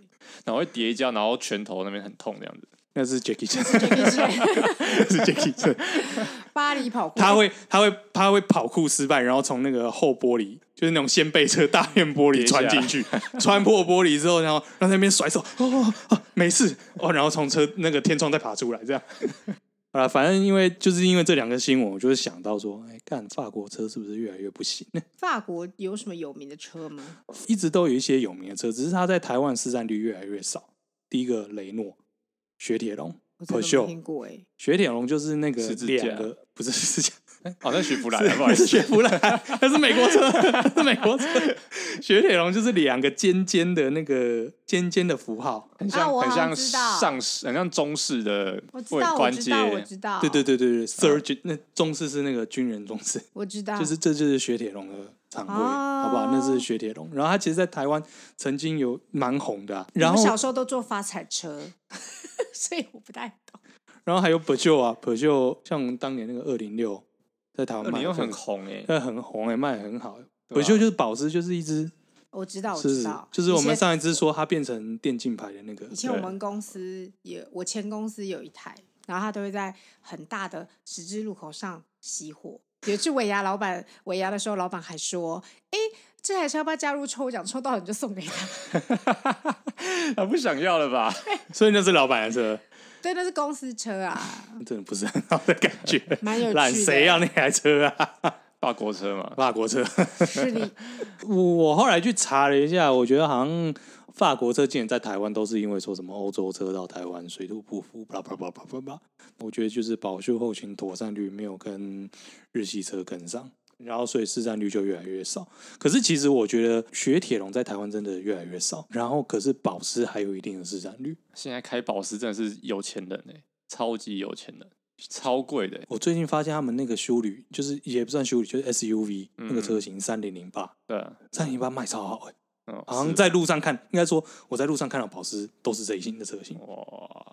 Speaker 3: 然后会叠一跤，然后拳头那边很痛这 样子。
Speaker 1: 那是 Jackie Chan，
Speaker 2: 就是
Speaker 1: 是 Jackie Chan，
Speaker 2: 巴黎跑酷，
Speaker 1: 他会他会他会跑酷失败，然后从那个后玻璃，就是那种掀背车大面玻璃
Speaker 3: 跌下
Speaker 1: 穿
Speaker 3: 来
Speaker 1: 进去，穿破玻璃之后，然后然后在那边甩手，哦哦哦，没事哦，然后从车那个天窗再爬出来，这样。 啊，反正因为就是因为这两个新闻，我就是想到说，哎，干法国车是不是越来越不行？
Speaker 2: 法国有什么有名的车吗？
Speaker 1: 一直都有一些有名的车，只是它在台湾市占率越来越少。第一个雷诺、雪铁龙，
Speaker 2: 我真的
Speaker 1: 脱
Speaker 2: 没
Speaker 1: 臼
Speaker 2: 听过哎、
Speaker 1: 雪铁龙就是那个
Speaker 3: 十字架
Speaker 1: 两个，不是十字架，
Speaker 3: 哦，那许福来
Speaker 1: 是
Speaker 3: 了，不好意
Speaker 1: 是雪
Speaker 3: 思，
Speaker 1: 佛兰， 那是美国车，那是美国车。雪铁龙就是两个尖尖的那个尖尖的符号，
Speaker 3: 很
Speaker 2: 啊
Speaker 3: 像
Speaker 2: 我
Speaker 3: 很
Speaker 2: 好像
Speaker 3: 像
Speaker 2: 知道
Speaker 3: 上市，很像中式的
Speaker 2: 我知
Speaker 3: 位
Speaker 2: 道，我
Speaker 3: 关
Speaker 2: 知
Speaker 3: 节，
Speaker 2: 道，我知道，
Speaker 1: 对对，对对对，surgeon 那中式是那个军人中式，
Speaker 2: 我知
Speaker 3: 啊
Speaker 2: 道，
Speaker 1: 就是这就是雪铁龙的厂徽，
Speaker 2: 啊
Speaker 1: 好不好？那
Speaker 3: 哦
Speaker 1: 是雪铁龙。然后它其实，在台湾曾经有蛮红的啊、然
Speaker 2: 我
Speaker 1: 后
Speaker 2: 小时候都坐发财车， 所以我不太懂。
Speaker 1: 然后还有 Peugeot 啊，Peugeot 像我们当年那个二零六，在台湾卖
Speaker 3: 你又很
Speaker 1: 红，
Speaker 3: 红哎，
Speaker 1: 那很红哎、卖的很好、
Speaker 3: 对吧啊
Speaker 1: Peugeot 就是保时，就是一只
Speaker 2: 我知道，我知
Speaker 1: 是
Speaker 2: 道，
Speaker 1: 就是我
Speaker 2: 以前
Speaker 1: 们上一次说它变成电竞牌的那个
Speaker 2: 以，前我
Speaker 3: 对
Speaker 2: 们公司也，我前公司有一台，然后他都会在很大的十字路口上熄火。有一次尾牙老板尾牙的时候，老板还说：“哎，这台车要不要加入抽奖？抽到你就送给他。
Speaker 3: 他不想要了吧？
Speaker 1: 所以那是老板的车，”
Speaker 2: 对，那是公司车啊，
Speaker 1: 真的不是很好的感觉。
Speaker 2: 蛮有
Speaker 1: 懒
Speaker 2: 趣
Speaker 1: 谁要
Speaker 2: 的。
Speaker 1: 那台车啊？
Speaker 3: 法国车嘛，
Speaker 1: 法国车。
Speaker 2: 是的，
Speaker 1: 我我后来去查了一下，我觉得好像法国车竟然在台湾都是因为说什么欧洲车到台湾水土不服，巴拉巴拉巴拉巴拉巴拉。我觉得就是保修后勤妥善率没有跟日系车跟上，然后所以市占率就越来越少。可是其实我觉得雪铁龙在台湾真的越来越少，然后可是保时还有一定的市占率。
Speaker 3: 现在开保时真的是有钱人哎、超级有钱人，超贵的、欸。
Speaker 1: 我最近发现他们那个修旅，就是也不算修旅，就是 SUV
Speaker 3: 嗯
Speaker 1: 那个车型三零零八，
Speaker 3: 对啊，
Speaker 1: 三零八卖超好哎、
Speaker 3: 嗯，
Speaker 1: 好
Speaker 3: 是
Speaker 1: 像在路上看，应该说我在路上看到保时都是这一型的车型。
Speaker 3: 哇，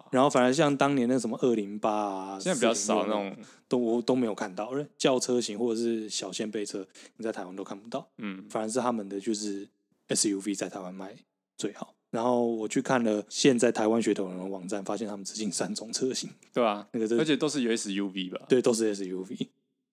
Speaker 1: 然后反而像当年那什么二零八啊，
Speaker 3: 现在比较少
Speaker 1: 406
Speaker 3: 那种，
Speaker 1: 都我都没有看到，轿车型或者是小掀背车，你在台湾都看不到，
Speaker 3: 嗯，
Speaker 1: 反而是他们的就是 SUV 在台湾卖最好。然后我去看了现在台湾血统人的网站，发现他们只进三种车型，
Speaker 3: 对啊，
Speaker 1: 那个真
Speaker 3: 而
Speaker 1: 的
Speaker 3: 且都是有 SUV 吧？，
Speaker 1: 对都是 SUV，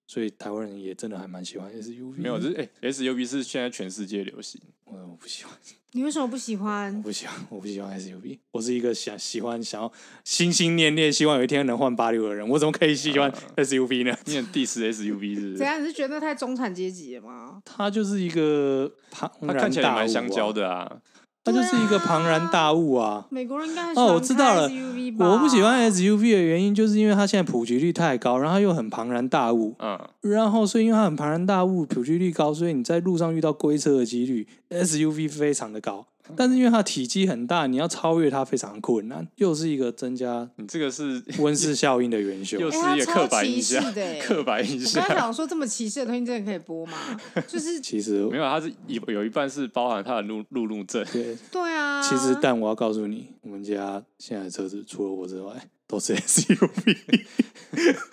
Speaker 1: 所以台湾人也真的还蛮喜欢 SUV。
Speaker 3: 没有，就是哎、s u v 是现在全世界流行，
Speaker 1: 我我不喜欢，
Speaker 2: 你为什么不喜
Speaker 1: 我
Speaker 2: 欢？
Speaker 1: 不喜欢，我不喜欢 SUV。我是一个想喜欢想要心心念念希望有一天能换八六的人，我怎么可以喜欢
Speaker 3: 啊
Speaker 1: SUV 呢？
Speaker 3: 你很 diss SUV 是
Speaker 2: 怎
Speaker 3: 不是？
Speaker 2: 样？你是觉得太中产阶级了吗？
Speaker 1: 他就是一个庞
Speaker 3: 它
Speaker 1: 然
Speaker 3: 看起来也
Speaker 1: 大
Speaker 3: 蛮
Speaker 1: 物
Speaker 3: 香
Speaker 1: 啊
Speaker 3: 蕉，的啊，
Speaker 1: 他就是一个庞然大物啊。
Speaker 2: 美国人应该很喜
Speaker 1: 哦
Speaker 2: 欢
Speaker 1: 我知道
Speaker 2: 开
Speaker 1: 了
Speaker 2: SUV 吧
Speaker 1: 我不喜欢 SUV 的原因，就是因为它现在普及率太高，然后它又很庞然大物，
Speaker 3: 嗯，
Speaker 1: 然后所以因为它很庞然大物，普及率高，所以你在路上遇到龟车的几率 SUV 非常的高。
Speaker 3: 嗯
Speaker 1: 但是因为它体积很大，你要超越它非常困难，又是一个增加
Speaker 3: 嗯你这个是
Speaker 1: 温室效应的元凶。
Speaker 3: 又是
Speaker 2: 哎
Speaker 3: 一个
Speaker 2: 它
Speaker 3: 刻
Speaker 2: 超
Speaker 3: 板
Speaker 2: 歧
Speaker 3: 印象
Speaker 2: 视的，欸
Speaker 3: 刻板印
Speaker 2: 我
Speaker 3: 象
Speaker 2: 刚。才想说，这么歧视的东西真的可以播吗？ 就是
Speaker 1: 其实
Speaker 3: 没有，它是有有一半是包含它的路路怒症，
Speaker 1: 对，
Speaker 2: 对啊，
Speaker 1: 其实但我要告诉你，我们家现在的车子除了我之外都是 SUV。，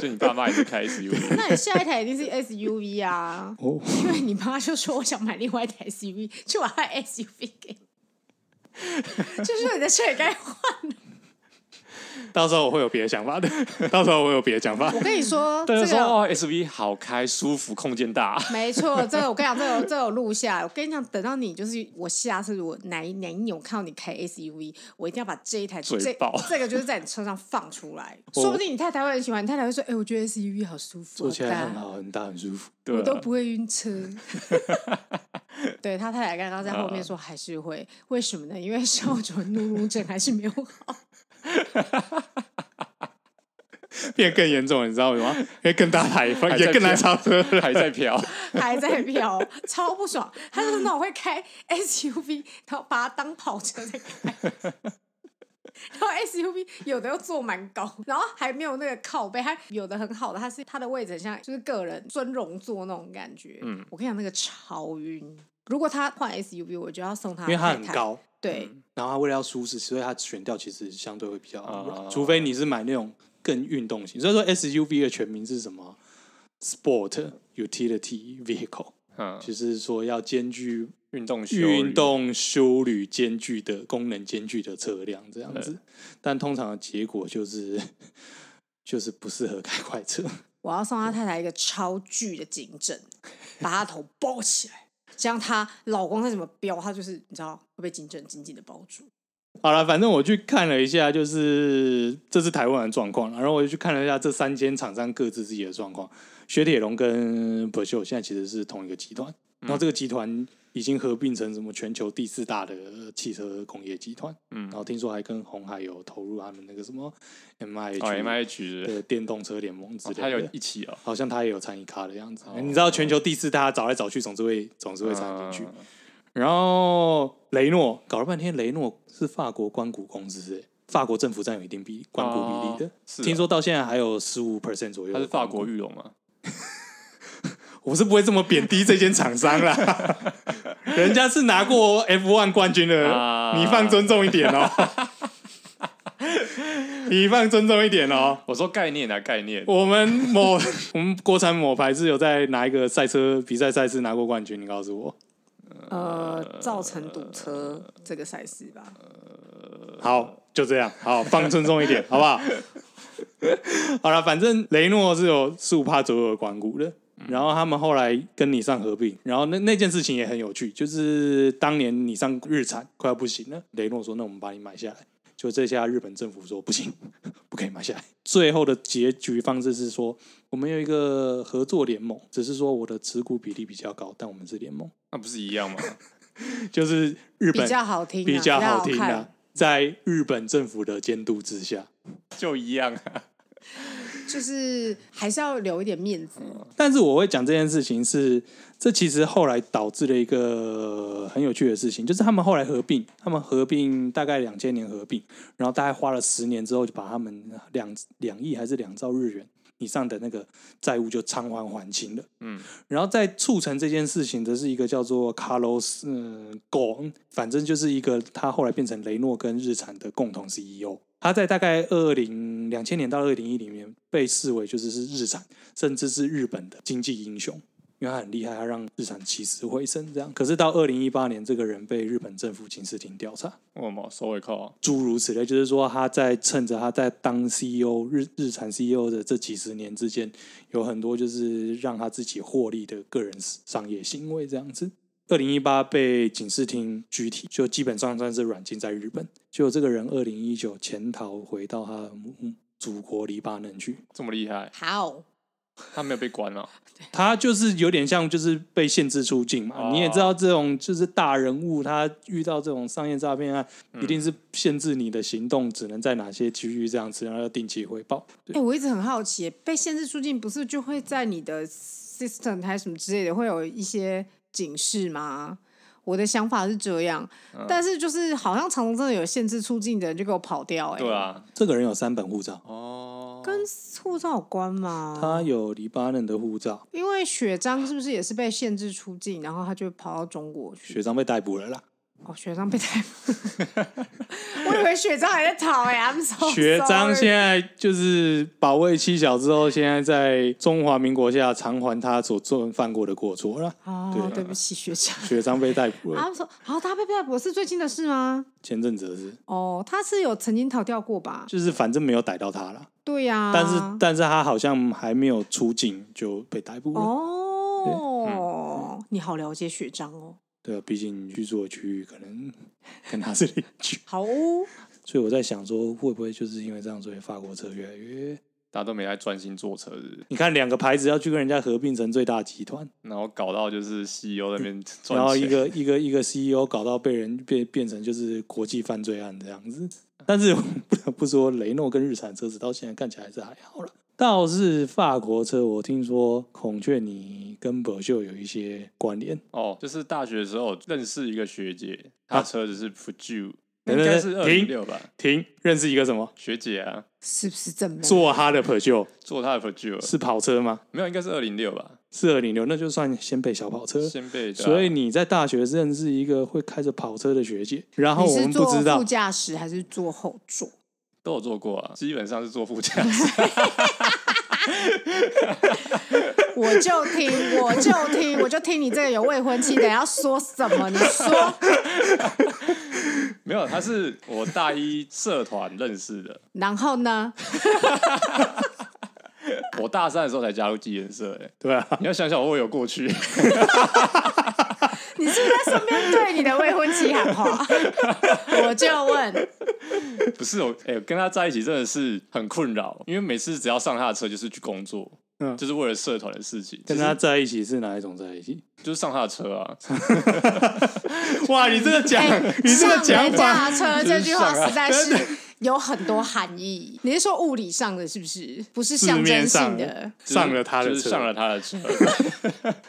Speaker 3: 就你爸妈也是开 SUV，
Speaker 2: 那你下一台一定是 SUV 啊
Speaker 1: 哦，
Speaker 2: 因为你妈就说我想买另外一台 SUV，就把她 SUV 给我，就是你的车也该换。
Speaker 1: 到时候我会有别的想法的，到时候我会有别的想法
Speaker 2: 我。跟你说，
Speaker 3: 大家
Speaker 2: 这
Speaker 3: 说
Speaker 2: 个
Speaker 3: 哦，SUV 好开，舒服，空间大，
Speaker 2: 没错，这个我跟你讲，这个有这个有录下来。我跟你讲，等到你就是我下次如果哪一哪一年我看到你开 SUV，我一定要把这一台这
Speaker 3: 嘴爆
Speaker 2: 这个就是在你车上放出来，
Speaker 1: 我
Speaker 2: 说不定你太太会很喜欢，你太太会说，哎，我觉得 SUV 好舒服，
Speaker 1: 坐起来
Speaker 2: 大
Speaker 1: 很好，很大，很舒服。
Speaker 3: 对
Speaker 2: 我都
Speaker 3: 啊，
Speaker 2: 不会晕车。对他太太刚刚在后面说还是会，为什么呢？因为少主怒怒症还是没有好。
Speaker 1: 变更严重，你知道吗？因为更大台，
Speaker 3: 在
Speaker 1: 也更难超车了。
Speaker 3: 还在飘。
Speaker 2: 还在飙，超不爽。他就是那种会开 SUV，然后把它当跑车在开。然后 SUV 有的又坐蛮高，然后还没有那个靠背，它有的很好的，它是它的位置很像就是个人尊荣座那种感觉。
Speaker 3: 嗯
Speaker 2: 我跟你讲那个超晕。如果他换 SUV，我就要送他，
Speaker 1: 因为它很，高，
Speaker 2: 对，
Speaker 1: 然后它为了要舒适，所以它选调其实相对会比较
Speaker 3: 啊，
Speaker 1: 除非你是买那种更运动型。所以说 SUV 的全名是什么？Sport Utility Vehicle，
Speaker 3: 嗯，
Speaker 1: 就是说要兼具
Speaker 3: 运动修
Speaker 1: 运
Speaker 3: 理
Speaker 1: 动、修旅兼具的功能兼具的车辆这样子，但通常的结果就是 就是不适合开快车。
Speaker 2: 我要
Speaker 1: 嗯
Speaker 2: 送他太太一个超巨的颈枕，把她头包起来，这样她老公再怎么飙，她就是你知道会被颈枕紧紧的包住。
Speaker 1: 好了，反正我去看了一下，就是这是台湾的状况啦，然后我就去看了一下这三间厂商各自
Speaker 3: 嗯
Speaker 1: 自己的状况。雪铁龙跟博秀现在其实是同一个集团，然后这个集团已经合并成什么全球第四大的呃汽车工业集团，
Speaker 3: 嗯
Speaker 1: 然，后听说还跟红海有投入他们那个什么 M I
Speaker 3: 哦
Speaker 1: H
Speaker 3: ，M I H
Speaker 1: 的电动车联盟之类的，
Speaker 3: 他有一起哦，
Speaker 1: 好像他也有参与咖的样子。
Speaker 3: 哦
Speaker 1: 你知道全球第四大找来找去，总是会总是会参进去。
Speaker 3: 嗯
Speaker 1: 然后雷诺搞了半天，雷诺是法国关谷公司、欸，法国政府占有一定比关谷比例的。
Speaker 3: 哦是哦
Speaker 1: 听说到现在还有十五 percent 左右。
Speaker 3: 他是法国，玉龙嘛？
Speaker 1: 我是不会这么贬低这间厂商啦。 人家是拿过 F1 冠军的，
Speaker 3: 啊
Speaker 1: 你放尊重一点 哦、你放尊重一点哦、
Speaker 3: 我说概念啊，概念，
Speaker 1: 我们某 我们国产某牌子有在哪一个赛车比赛赛事拿过冠军？你告诉我。
Speaker 2: 呃，造成堵车这个赛事吧。
Speaker 1: 呃好，就这样，好，放尊重一点，好不好？好了，反正雷诺是有十五趴左右的关股的，然后他们后来跟尼桑合并，然后那那件事情也很有趣，就是当年尼桑日产快要不行了，雷诺说：“那我们把你买下来。”就这下日本政府说不行， 不可以买下来。最后的结局方式是说，我们有一个合作联盟，只是说我的持股比例比较高，但我们是联盟，
Speaker 3: 那不是一样吗？
Speaker 1: 就是日
Speaker 2: 比
Speaker 1: 本
Speaker 2: 较好听啊、
Speaker 1: 比较好
Speaker 2: 比
Speaker 1: 听
Speaker 2: 看
Speaker 1: 啊，在日本政府的监督之下，
Speaker 3: 就一样啊，
Speaker 2: 就是还是要留一点面子。
Speaker 1: 但是我会讲这件事情是，这其实后来导致了一个很有趣的事情，就是他们后来合并，他们合并大概两千年合并，然后大概花了十年之后，就把他们两两亿还是两兆日元以上的那个债务就偿还还清了。
Speaker 3: 嗯，
Speaker 1: 然后在促成这件事情的是一个叫做 Carlos 嗯 g o n 反正就是一个他后来变成雷诺跟日产的共同 CEO。他在大概二零两千年到二零一零年被视为就是是日产，甚至是日本的经济英雄，因为他很厉害，他让日产起死回生这样。可是到二零一八年，这个人被日本政府刑事庭调查，
Speaker 3: 我毛收尾扣啊，
Speaker 1: 诸如此类，就是说他在趁着他在当 CEO 日日产 CEO 的这几十年之间，有很多就是让他自己获利的个人商业行为这样子。二零一八被警视厅拘提，就基本上算是软禁在日本。结果这个人二零一九潜逃回到他的母祖国黎巴嫩去，
Speaker 3: 这么厉害，
Speaker 2: 好，
Speaker 3: 他没有被关哦了，
Speaker 1: 他就是有点像就是被限制出境嘛。
Speaker 3: 哦
Speaker 1: 你也知道，这种就是大人物，他遇到这种商业诈骗案，一定是限制你的行动，只能在哪些区域这样子，然后要定期汇报。
Speaker 2: 哎、
Speaker 1: 对
Speaker 2: 我一直很好奇，被限制出境不是就会在你的 system 还是什么之类的会有一些警示吗？我的想法是这样，
Speaker 1: 嗯
Speaker 2: 但是就是好像常常真的有限制出境的人就给我跑掉、哎，
Speaker 3: 对，啊，
Speaker 1: 这个人有三本护照，
Speaker 3: 哦，
Speaker 2: 跟护照有关吗？
Speaker 1: 他有黎巴嫩的护照，
Speaker 2: 因为雪章是不是也是被限制出境，然后他就跑到中国去？
Speaker 1: 学长被逮捕了 啦。
Speaker 2: 哦，雪章被逮捕， 我以为雪章还在逃哎、欸、，I'm so sorry
Speaker 1: 学长现在就是保卫七小之后，现在在中华民国下偿还他所做犯过的过错了。
Speaker 2: 哦，
Speaker 1: 对啊
Speaker 2: 对不起，学长。
Speaker 1: 学长被逮捕了，
Speaker 2: 他说，好，他被逮捕是最近的事吗？
Speaker 1: 前阵子的事，
Speaker 2: 哦，他是有曾经逃掉过吧？
Speaker 1: 就是反正没有逮到他啦。
Speaker 2: 对呀、
Speaker 1: 但是但是他好像还没有出境就被逮捕了。嗯
Speaker 2: 哦，你好了解雪章哦，
Speaker 1: 对啊，毕竟居住的区域可能跟他是邻居，
Speaker 2: 好哦，
Speaker 1: 所以我在想说，会不会就是因为这样，所以法国车越来越……
Speaker 3: 大家都没在专心坐车，是不是
Speaker 1: 你看两个牌子要去跟人家合并成最大集团，
Speaker 3: 然后搞到就是 CEO 那边赚钱，
Speaker 1: 然后一个一个一个 CEO 搞到被人变变成就是国际犯罪案这样子。但是 不得不说，雷诺跟日产车子到现在看起来还是还好了。倒是法国车，我听说孔雀你跟博秀有一些关联。
Speaker 3: 哦，就是大学的时候认识一个学姐，她车子是 Fuji，、
Speaker 1: 等等
Speaker 3: 应该是
Speaker 1: 等
Speaker 3: 二零六吧，
Speaker 1: 停，认识一个什么？
Speaker 3: 学姐啊，
Speaker 2: 是不是正妹？
Speaker 1: 坐哈的 p e
Speaker 3: 坐她的 Fuji
Speaker 1: 是跑车吗？
Speaker 3: 没有，应该是二零六吧，
Speaker 1: 四二零六，那就算先备小跑车。
Speaker 3: 先被对啊
Speaker 1: 所以你在大学认识一个会开着跑车的学姐，然后
Speaker 2: 你
Speaker 1: 我
Speaker 2: 是
Speaker 1: 们不
Speaker 2: 坐
Speaker 1: 知道
Speaker 2: 副，驾驶还是坐后座？
Speaker 3: 都有坐过啊，基本上是坐副驾 驶，
Speaker 2: 我就听，我就听，我就听你这个有未婚妻的要说什么？你说，
Speaker 3: 没有，她是我大一社团认识的，
Speaker 2: 然后呢？
Speaker 3: 我大三的时候才加入纪研社、欸，
Speaker 1: 对 啊，
Speaker 3: 你要想想我有过去，
Speaker 2: 你是不是在顺便对你的未婚妻 喊话？我就问，
Speaker 3: 欸不是我，哎、跟她在一起真的是很困扰，因为每次只要上她的车就是去工作，
Speaker 1: 嗯
Speaker 3: 就是为了社团的事情，
Speaker 1: 跟他在一起是哪一种在一 起？
Speaker 3: 就是就是上他的车啊，
Speaker 1: 哇，你这个讲，
Speaker 2: 哎
Speaker 1: 你这个讲法，
Speaker 2: 上人家的车这句话实在
Speaker 1: 真
Speaker 2: 是有很多含义。你是说物理上的是不是？不是
Speaker 1: 字
Speaker 2: 象
Speaker 1: 面
Speaker 2: 征
Speaker 1: 上
Speaker 2: 性的，
Speaker 3: 就是
Speaker 1: 上了他的
Speaker 3: 就是
Speaker 1: 车，
Speaker 3: 上了他的车，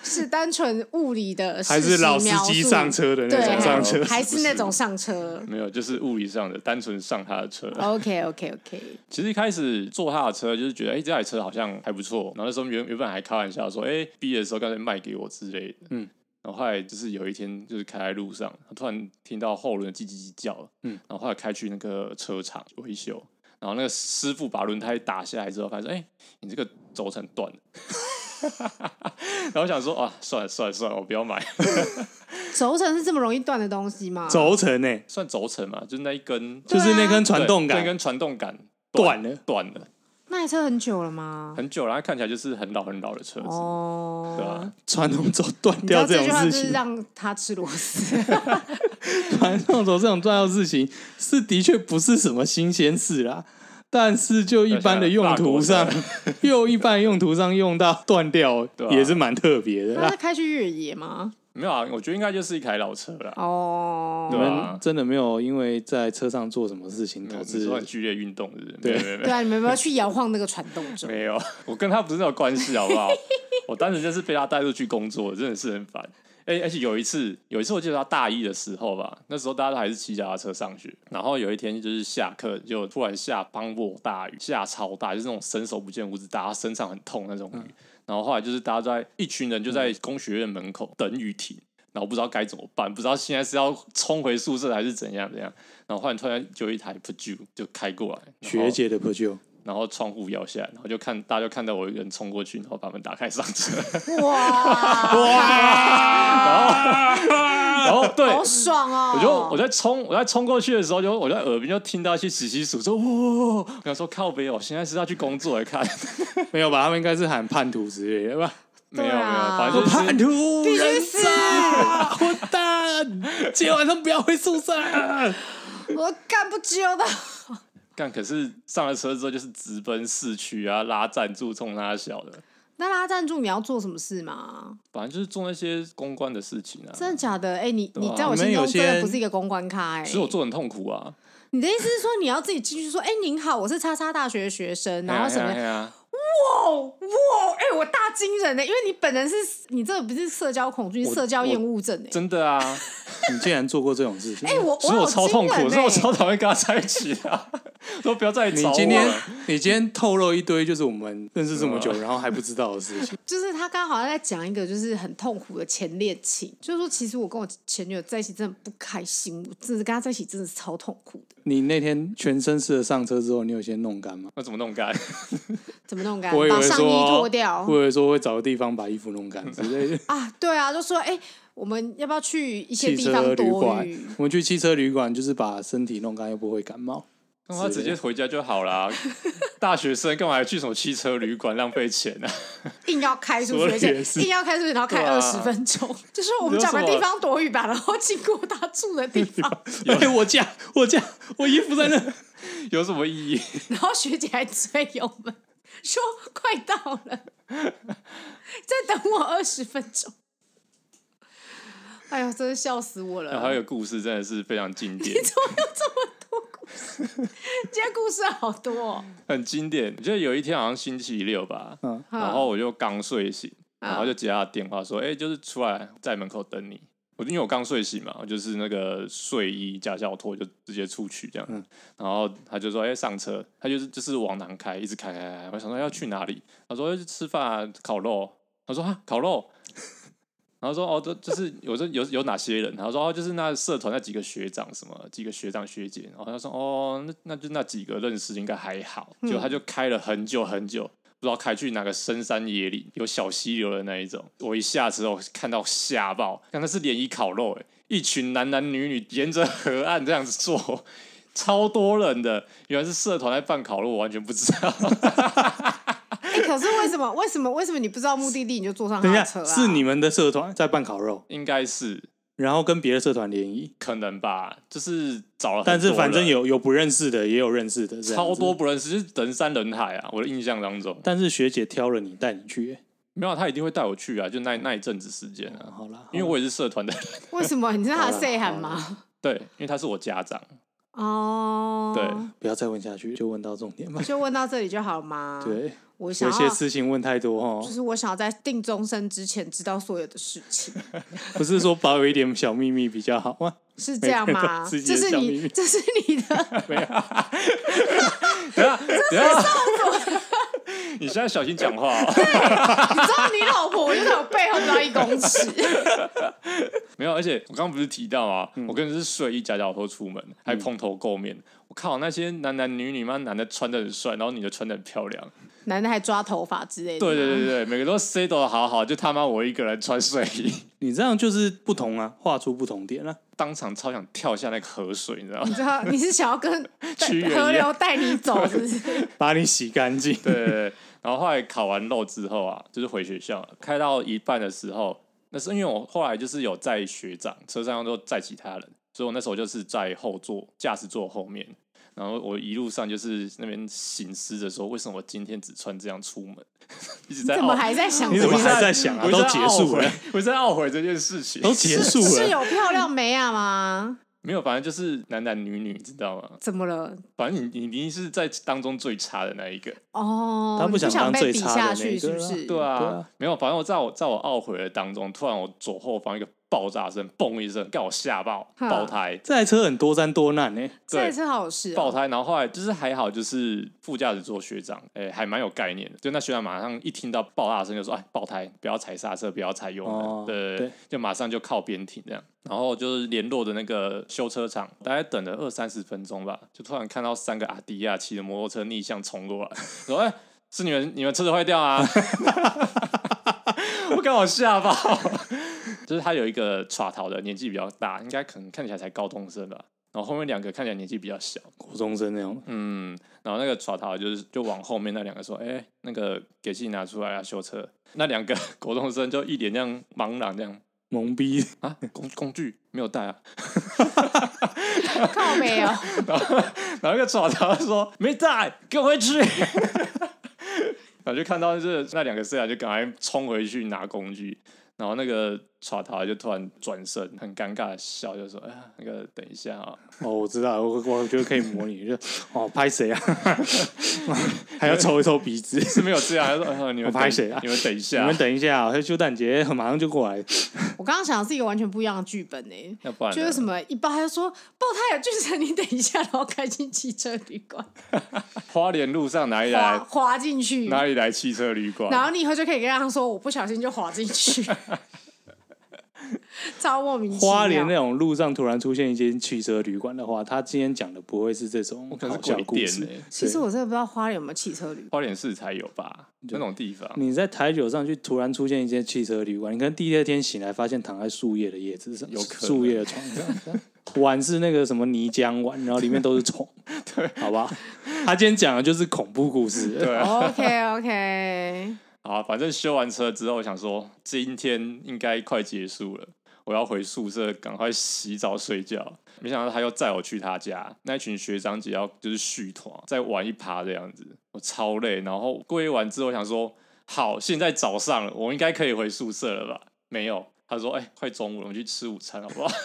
Speaker 2: 是单纯物理的事
Speaker 1: 还是
Speaker 2: 实
Speaker 1: 老司
Speaker 2: 描
Speaker 1: 机
Speaker 2: 述
Speaker 1: 上车的那
Speaker 2: 对，
Speaker 1: 种上车
Speaker 3: 不，
Speaker 2: 还是那
Speaker 3: 是
Speaker 2: 种上车。
Speaker 3: 没有，就是物理上的，单纯上他的车。
Speaker 2: OK OK OK，
Speaker 3: 其实一开始坐他的车，就是觉得哎、这台车好像还不错。然后那时候原原本还开玩笑说，哎、毕业的时候干脆卖给我之类的。
Speaker 1: 嗯，
Speaker 3: 然后后来就是有一天，就是开在路上，突然听到后轮的叽叽叽叫，
Speaker 1: 嗯，
Speaker 3: 然后后来开去那个车厂维修，然后那个师傅把轮胎打下来之后，发现哎、你这个轴承断了。 然后我想说啊，算了算了算了，我 不要买，
Speaker 2: 轴承是这么容易断的东西吗？
Speaker 1: 轴承
Speaker 2: 啊
Speaker 1: 呢，
Speaker 3: 算轴承嘛，就是那一根
Speaker 2: 对
Speaker 1: 就
Speaker 2: 啊
Speaker 1: 是那根传
Speaker 3: 对
Speaker 1: 动
Speaker 3: 那
Speaker 1: 杆
Speaker 3: 根传动杆
Speaker 1: 断了。
Speaker 3: 断了。
Speaker 2: 那台车很久了吗？
Speaker 3: 很久了，它看起来就是很老很老的车子，
Speaker 2: 哦，
Speaker 3: 对啊，
Speaker 1: 传统轴断
Speaker 2: 你知
Speaker 1: 掉
Speaker 2: 道这句
Speaker 1: 种
Speaker 2: 话
Speaker 1: 事
Speaker 2: 就是
Speaker 1: 情，
Speaker 2: 让他吃螺 丝，
Speaker 1: 传统轴这种断掉的事情是的确不是什么新鲜事啦。但是就一般的用途上
Speaker 3: 对，
Speaker 1: 又一般用途上用到断掉
Speaker 3: 对，啊
Speaker 1: 也是蛮特别的
Speaker 2: 他是
Speaker 1: 啦。
Speaker 2: 开去越野吗？
Speaker 3: 没有啊，我觉得应该就是一台老车啦。
Speaker 1: 你
Speaker 2: 哦，
Speaker 3: 对啊
Speaker 1: 们真的没有因为在车上做什么事情导
Speaker 3: 你
Speaker 1: 致
Speaker 3: 说很剧烈运动是不是？
Speaker 1: 对
Speaker 3: 没有没
Speaker 2: 对
Speaker 3: 有
Speaker 2: 啊，你们有没有去摇晃那个传动轴？
Speaker 3: 没有， 我跟他不是那种关系，好不好？我当时就是被他带出去工作，真的是很烦。哎、而且有一次，有一次我记得他大一的时候吧，那时候大家都还是骑脚踏车上学，然后有一天就是下课就突然下磅礴大雨，下超大，就是那种伸手不见五指，打到身上很痛那种雨。然后后来就是大家在一群人就在工学院门口等雨停，然后不知道该怎么办，不知道现在是要冲回宿舍还是怎样怎样。然后后来突然就一台 p a j u 就开过来，然后
Speaker 1: 学姐的不救。
Speaker 3: 然后窗户摇下来，然后就看大家就看到我一个人冲过去，然后把门打开上车，
Speaker 2: 哇，
Speaker 3: 然后对。
Speaker 2: 好爽哦！
Speaker 3: 我就我在冲我在冲过去的时候，就我在耳边就听到一些洗洗数说，哇！我想说靠北哦，我现在是要去工作来看，
Speaker 1: 没有吧？他们应该是喊叛徒之类的吧？
Speaker 3: 没有
Speaker 2: 对
Speaker 3: 没
Speaker 2: 啊
Speaker 3: 有，反正就是
Speaker 1: 叛徒，必
Speaker 2: 须死
Speaker 1: 混蛋！ 今天晚上不要回宿舍。啊
Speaker 2: 我干不久的，
Speaker 3: 干。可是上了车之后就是直奔市区啊，拉赞助冲他小的，
Speaker 2: 那拉赞助你要做什么事吗？
Speaker 3: 反正就是做那些公关的事情啊，
Speaker 2: 真的假的？哎、你
Speaker 3: 对啊
Speaker 2: 你在我
Speaker 1: 你
Speaker 2: 心
Speaker 1: 们有
Speaker 2: 中
Speaker 1: 些
Speaker 2: 真的不是一个公关咖哎、
Speaker 3: 所以我做得很痛苦啊。
Speaker 2: 你的意思是说你要自己进去说，哎、您好，我是叉叉大学的学生，然后什么
Speaker 1: 哎
Speaker 3: 嘿啊嘿？啊
Speaker 2: 哦哇，哎、我大惊人呢、因为你本人是你这个不是社交恐惧，是
Speaker 3: 我
Speaker 2: 社交厌恶症哎、
Speaker 3: 真的啊，
Speaker 1: 你竟然做过这种事情？
Speaker 2: 哎、我
Speaker 3: 所以
Speaker 2: 我
Speaker 3: 我
Speaker 2: 好
Speaker 3: 超痛
Speaker 2: 惊
Speaker 3: 苦，
Speaker 2: 人
Speaker 3: 所以我
Speaker 2: 欸
Speaker 3: 超讨厌跟他在一起的啊， 说不要再
Speaker 1: 你
Speaker 3: 找我啊
Speaker 1: 今天
Speaker 3: 了。
Speaker 1: 你今天透露一堆就是我们认识这么久，然后还不知道的事情。
Speaker 2: 就是他刚好在讲一个就是很痛苦的前恋情，就是说其实我跟我前女友在一起真的不开心，我真的跟她在一起真的是超痛苦的，
Speaker 1: 你那天全身湿的上车之后，你有先弄干吗？
Speaker 3: 那怎么弄 干？
Speaker 2: 怎么弄干？
Speaker 1: 我以
Speaker 2: 把
Speaker 1: 为
Speaker 2: 上衣
Speaker 1: 说，
Speaker 2: 脱掉
Speaker 1: 我以为说会找个地方把衣服弄干之类的。
Speaker 2: 啊，对啊，就说哎、我们要不要去一些
Speaker 1: 汽
Speaker 2: 地
Speaker 1: 车
Speaker 2: 方
Speaker 1: 旅
Speaker 2: 躲
Speaker 1: 馆
Speaker 2: 雨？，
Speaker 1: 我们去汽车旅馆就是把身体弄干，又不会感 冒。
Speaker 3: 那他直接回家就 好啦。大学生干嘛还去什么汽车旅馆浪费钱 呢、啊？
Speaker 2: 硬要开出
Speaker 1: 说
Speaker 2: 去，
Speaker 1: 的
Speaker 2: 而
Speaker 1: 也是
Speaker 2: 且硬要开出去，然后开
Speaker 3: 对啊
Speaker 2: 二十分钟， 就是我们找个地方躲雨吧，然后经过他住的地方，
Speaker 1: 哎、我家，我家，我衣服在那。
Speaker 3: 有什么意义？
Speaker 2: 然后学姐还追我们说快到了，再等我二十分钟。哎呦，真是笑死我了！
Speaker 1: 哎
Speaker 3: 然后还有故事真的是非常经典
Speaker 2: 你，怎么有这么多故事？今天故事好多、哦，
Speaker 3: 很经典。我记得有一天好像星期六吧，
Speaker 1: 嗯
Speaker 3: 然后我就刚睡醒，
Speaker 2: 嗯
Speaker 3: 然后就接他的电话说：“哎、就是出来在门口等你。”我因为我刚睡醒嘛，我就是那个睡衣加校拖就直接出去这样，
Speaker 1: 嗯
Speaker 3: 然后他就说：“哎、上车。”他就是就是往南开，一直开开开。我想说要去哪里？他说：“去吃饭、啊，烤肉。”他说：“啊，烤肉。”然后说哦，这就是有这有有哪些人？然后说哦，就是那社团那几个学长什么几个学长学姐。然后他说哦，那那就那几个认识应该还好。结
Speaker 1: 嗯
Speaker 3: 果他就开了很久很久，不知道开去哪个深山野岭，有小溪流的那一种。我一下之后看到吓爆，看那是联谊烤肉哎、一群男男女女沿着河岸这样子坐，超多人的。原来是社团在办烤肉，我完全不知道。
Speaker 2: 哎、可是为什么？为什么？为什么你不知道目的地你就坐上
Speaker 1: 等
Speaker 2: 他
Speaker 1: 一
Speaker 2: 的
Speaker 1: 下，
Speaker 2: 车啊？
Speaker 1: 是你们的社团在办烤肉，
Speaker 3: 应该是
Speaker 1: 然后跟别的社团联谊，
Speaker 3: 可能吧，就是找了很多人，
Speaker 1: 但是反正有有不认识的，也有认识的，这样子
Speaker 3: 超多。不认识，就是人山人海啊！我的印象当中，
Speaker 1: 但是学姐挑了你，带你去、欸
Speaker 3: 没有他一定会带我去啊，就那那一阵子时间啊，
Speaker 1: 好啦，
Speaker 3: 因为我也是社 团的人，
Speaker 2: 为什么？你知道他
Speaker 1: 好啦
Speaker 2: say 喊
Speaker 1: 好啦
Speaker 2: 吗？
Speaker 3: 对，因为他是我家长，
Speaker 2: 哦，
Speaker 3: 对，
Speaker 1: 不要再问下去，就问到重点吧。
Speaker 2: 就问到这里就好了吗？，
Speaker 1: 对，
Speaker 2: 我
Speaker 1: 有
Speaker 2: 想
Speaker 1: 一些
Speaker 2: 要，
Speaker 1: 事情问太多
Speaker 2: 就
Speaker 1: 哦，
Speaker 2: 是我想要在定终身之前知道所有的事情，
Speaker 1: 不是说保有一点小秘密比较好吗？
Speaker 2: 是这样吗？
Speaker 1: 每个人都有自己
Speaker 2: 这
Speaker 1: 的
Speaker 2: 是
Speaker 1: 小秘
Speaker 2: 你，
Speaker 1: 密
Speaker 2: 这是你的，
Speaker 3: 等一下等一下，你现在小心讲话、 哦，
Speaker 2: 你知道你老婆就在我背后不到一公尺，
Speaker 3: 没有，而且我刚刚不是提到啊，
Speaker 1: 嗯
Speaker 3: 我跟人是睡衣夹脚拖出门，还蓬头垢面，我靠，那些男男女女嘛，男的穿的很帅，然后女的穿的很漂亮，
Speaker 1: 嗯
Speaker 2: 男的还抓头发之类的，
Speaker 3: 对对对对，每个都塞得好好，就他妈我一个人穿睡衣，
Speaker 1: 你这样就是不同啊，画出不同点啊。
Speaker 3: 当场超想跳下那个河水，你知道
Speaker 2: 你
Speaker 3: 吗？
Speaker 2: 知道你是想要跟
Speaker 3: 屈原一样
Speaker 2: 河流带你走，是 不是？
Speaker 1: 把你洗干净。
Speaker 3: 对对对，然后后来烤完肉之后啊，就是回学校了，开到一半的时候，那是因为我后来就是有载学长，车上都载其他人，所以我那时候就是在后座驾驶座后面，然后我一路上就是那边醒思着说，为什么我今天只穿这样出门， 一直在
Speaker 2: 怎么
Speaker 3: 懊
Speaker 2: 还在想？
Speaker 1: 你怎么
Speaker 2: 是
Speaker 1: 还在想啊
Speaker 3: 我一直
Speaker 1: 都结束了
Speaker 3: 在懊悔，我一直在懊悔这件事情，
Speaker 1: 都结束
Speaker 2: 是
Speaker 1: 了，
Speaker 2: 有漂亮美啊吗？
Speaker 3: 没有，反正就是男男女女，你知道吗？
Speaker 2: 怎么了？
Speaker 3: 反正你你一定是在当中最差的那一个，
Speaker 2: 哦，
Speaker 1: 他
Speaker 2: 你
Speaker 1: 不
Speaker 2: 不
Speaker 1: 想当
Speaker 2: 被
Speaker 1: 最
Speaker 2: 比
Speaker 1: 差的
Speaker 2: 下
Speaker 1: 那
Speaker 2: 去，
Speaker 1: 一
Speaker 2: 是
Speaker 1: 个
Speaker 2: 不
Speaker 1: 啊
Speaker 2: 是？
Speaker 3: 对啊，
Speaker 1: 对啊
Speaker 3: 没有，反正我在我在我懊悔的当中，突然我左后方一个爆炸声，嘣一声，干我吓爆，
Speaker 2: 哈
Speaker 3: 爆胎，
Speaker 1: 这台车很多灾多难呢、
Speaker 2: 这也
Speaker 3: 对，
Speaker 2: 是好
Speaker 1: 啊
Speaker 2: 事、
Speaker 3: 爆
Speaker 2: 哦。
Speaker 3: 胎。然后后来就是还好，就是副驾驶座学长，哎、还蛮有概念的。就那学长马上一听到爆炸声，就说：“哎，爆胎，不要踩刹车，不要踩油门。
Speaker 1: 哦
Speaker 3: 对
Speaker 1: 对
Speaker 3: 就马上就靠边停这样。然后就是联络的那个修车厂，大概等了二三十分钟吧，就突然看到三个阿迪亚骑着摩托车逆向冲过来， 说：“哎、是你们你们车子坏掉啊！” 我刚好吓爆， 就是他有一个耍逃的，年纪比较大，应该可能看起来才高中生吧。然后后面两个看起来年纪比较小，
Speaker 1: 国中生那种，
Speaker 3: 嗯，然后那个耍逃就是就往后面那两个说，哎、那个给信拿出来啊，修车。那两个 国中生就一脸这样茫然这样
Speaker 1: 懵逼，
Speaker 3: 啊，工工具没有带啊。
Speaker 2: 靠背 哦，
Speaker 3: 然后那个耍逃说没带，跟回去。 然后就看到这那两个色狼就赶快冲回去拿工具，然后那个耍逃就突然转身，很尴尬的笑，就说：“哎呀，那个等一下啊、
Speaker 1: 哦，我知道，我我觉得可以模拟，就哦拍谁啊， 还要抽一抽鼻子，
Speaker 3: 是没有这样。”他说：“哎呀，你们
Speaker 1: 我拍谁啊
Speaker 3: 等你们等一
Speaker 1: 你
Speaker 3: 下，
Speaker 1: 们等一下啊，修蛋姐马上就过来，
Speaker 2: 我刚刚想的是一个完全不一样的剧本呢、
Speaker 3: 要不然
Speaker 2: 就是什
Speaker 3: 么？
Speaker 2: 么一爆，他就说爆胎有巨神，你等一下，然后开进汽车旅馆，
Speaker 3: 花莲路上哪里
Speaker 2: 滑
Speaker 1: 啊
Speaker 3: 来
Speaker 2: 滑进去，
Speaker 3: 哪里来汽车旅馆？
Speaker 2: 然后你以后就可以跟他说，我不小心就滑进去， 超莫名其妙。
Speaker 1: 花莲那种路上突然出现一间汽车旅馆的话，他今天讲的不会是这种
Speaker 3: 可能
Speaker 1: 好
Speaker 3: 是
Speaker 1: 笑
Speaker 3: 鬼
Speaker 1: 故
Speaker 3: 店
Speaker 1: 事
Speaker 3: 呢、。
Speaker 2: 其实我真的不知道花莲有没有汽车旅馆，
Speaker 3: 花莲市才有吧？那种地方，
Speaker 1: 你在台九上去突然出现一间汽车旅馆，你可能第二天醒来发现躺在树叶的叶子上，
Speaker 3: 有可能
Speaker 1: 树叶的床上，碗是那个什么泥浆碗，然后里面都是 虫，对，好吧。他今天讲的就是恐怖故事，
Speaker 3: 对啊。
Speaker 2: OK OK，
Speaker 3: 好啊，反正修完车之后，我想说今天应该快结束了，我要回宿舍赶快洗澡睡觉。没想到他又载我去他家，那一群学长姐要就是续团再玩一趴这样子，我超累。然后过夜完之后，我想说好，现在早上了，我应该可以回宿舍了吧？没有，他说哎、快中午了，我们去吃午餐好不好？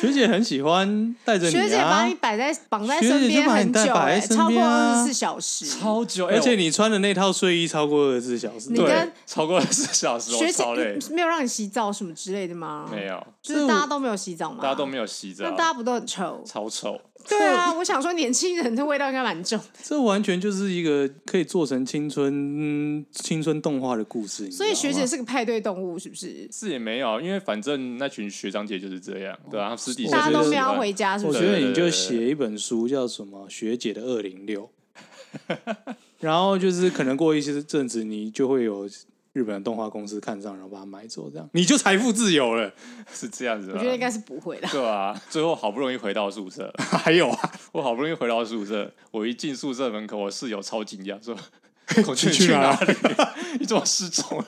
Speaker 1: 学姐很喜欢带着
Speaker 2: 学
Speaker 1: 你
Speaker 2: 姐把
Speaker 1: 啊
Speaker 2: 你，摆在绑在
Speaker 1: 学姐
Speaker 2: 身边
Speaker 1: 就把你
Speaker 2: 很
Speaker 1: 带
Speaker 2: 久、
Speaker 1: 摆
Speaker 2: 欸，
Speaker 1: 在身
Speaker 2: 超过
Speaker 1: 边啊
Speaker 2: 二十四小时，
Speaker 3: 超久，哎
Speaker 1: 而且
Speaker 3: 我
Speaker 1: 你穿的那套睡衣超过二十四小时，
Speaker 2: 你
Speaker 3: 对
Speaker 2: 跟
Speaker 3: 超过二十小时，我
Speaker 2: 学
Speaker 3: 超累。
Speaker 2: 姐没嗯有让你洗澡什么之类的吗？
Speaker 3: 没，有，
Speaker 2: 就是大家都没有洗澡吗？
Speaker 3: 大家都没有洗澡
Speaker 2: 那，大家不都很臭？
Speaker 3: 超臭。
Speaker 2: 对啊，我想说年轻人的味道应该蛮重，
Speaker 1: 这完全就是一个可以做成青春、嗯青春动画的故事。你知
Speaker 2: 所以
Speaker 1: 道
Speaker 2: 学
Speaker 1: 吗
Speaker 2: 姐是个派对动物，是不是？
Speaker 3: 是也没有，因为反正那群学长姐就是这样，对啊，私底下
Speaker 2: 大家都
Speaker 3: 就是
Speaker 2: 没有要
Speaker 3: 喜欢
Speaker 2: 回家，是不
Speaker 1: 我觉
Speaker 2: 是？
Speaker 1: 得你就
Speaker 3: 对对对
Speaker 1: 写一本书，叫什么《学姐的二零六》， 然后就是可能过一些阵子，你就会有日本的动画公司看上，然后把它买走，这样你就财富自由了。
Speaker 3: 是这样子吧，
Speaker 2: 我觉得应该是不会的。
Speaker 3: 对啊。最后好不容易回到宿舍，
Speaker 1: 还有啊，
Speaker 3: 我好不容易回到宿舍，我一进宿舍门口，我室友超惊讶说：“孔雀
Speaker 1: 你去
Speaker 3: 去哪
Speaker 1: 哪
Speaker 3: 里？ 你怎么失踪了？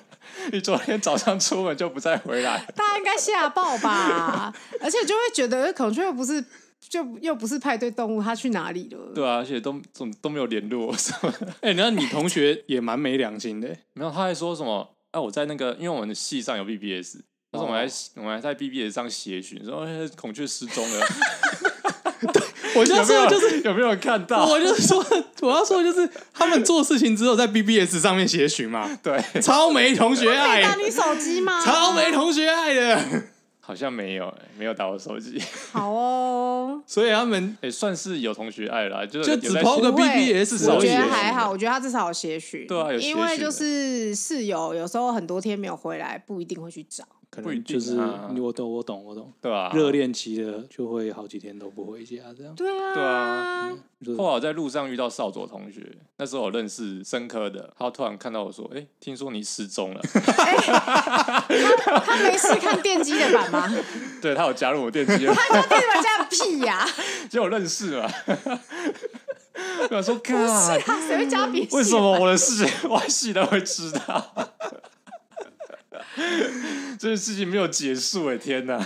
Speaker 3: 你昨天早上出门就不再回来？
Speaker 2: 大家应该吓爆吧？而且就会觉得孔雀又不是就又不是派对动物，它去哪里了？
Speaker 3: 对啊，而且都怎么都没有联络，什么
Speaker 1: 哎、那你同学也蛮没良心的、 欸
Speaker 3: 没有？他还说什么？哎、我在那个，因为我们的系上有 BBS，他说我
Speaker 2: 哦
Speaker 3: 们还、我们还在 BBS 上协寻，说、哎孔雀失踪了，
Speaker 1: 我就
Speaker 3: 有
Speaker 1: 要
Speaker 3: 没
Speaker 1: 说
Speaker 3: 有啊
Speaker 1: 的就是，
Speaker 3: 有没有人看到？
Speaker 1: 我就是说，我要说的就是，他们做事情只有在 BBS 上面写许嘛，
Speaker 3: 对，
Speaker 1: 超没同学
Speaker 2: 可以打
Speaker 1: 爱，
Speaker 2: 你手机吗？
Speaker 3: 哎
Speaker 1: 超没同学爱的，
Speaker 3: 好像没有、哎没有打我手 机，
Speaker 2: 好哦。
Speaker 1: 所以他们
Speaker 3: 哎、算是有同学爱了啊，就是
Speaker 1: 就
Speaker 3: 有
Speaker 1: 只
Speaker 3: 在
Speaker 1: PO 个
Speaker 2: 不会
Speaker 1: BBS
Speaker 3: 少
Speaker 1: 而
Speaker 2: 我
Speaker 1: 已
Speaker 2: 觉
Speaker 3: 些
Speaker 2: 得
Speaker 3: 许
Speaker 2: 还好，我觉得他至少有些许。
Speaker 3: 对啊有些许
Speaker 2: 因为就是室友有时候很多天没有回来，不一定会去找。
Speaker 1: 可
Speaker 3: 不一
Speaker 1: 能
Speaker 3: 定
Speaker 1: 就是
Speaker 3: 啊
Speaker 1: 我懂我懂我懂，
Speaker 3: 对啊吧、
Speaker 1: 热恋期的就会好几天都不回家这样，
Speaker 2: 对啊，
Speaker 3: 对啊
Speaker 1: 就是
Speaker 3: 后来我在路上遇到少佐同学，那时候我认识生科的，他突然看到我说：“哎、听说你失 踪了。
Speaker 2: 他没事看电击的版 吗？电
Speaker 3: 对他有加入我电 机了，
Speaker 2: 击版这样屁呀、
Speaker 3: 结果认识了。 我想说，看
Speaker 2: 他谁会加笔？
Speaker 3: 为什么？我的事情外系的会知道？ 这件事情没有结束哎、天哪！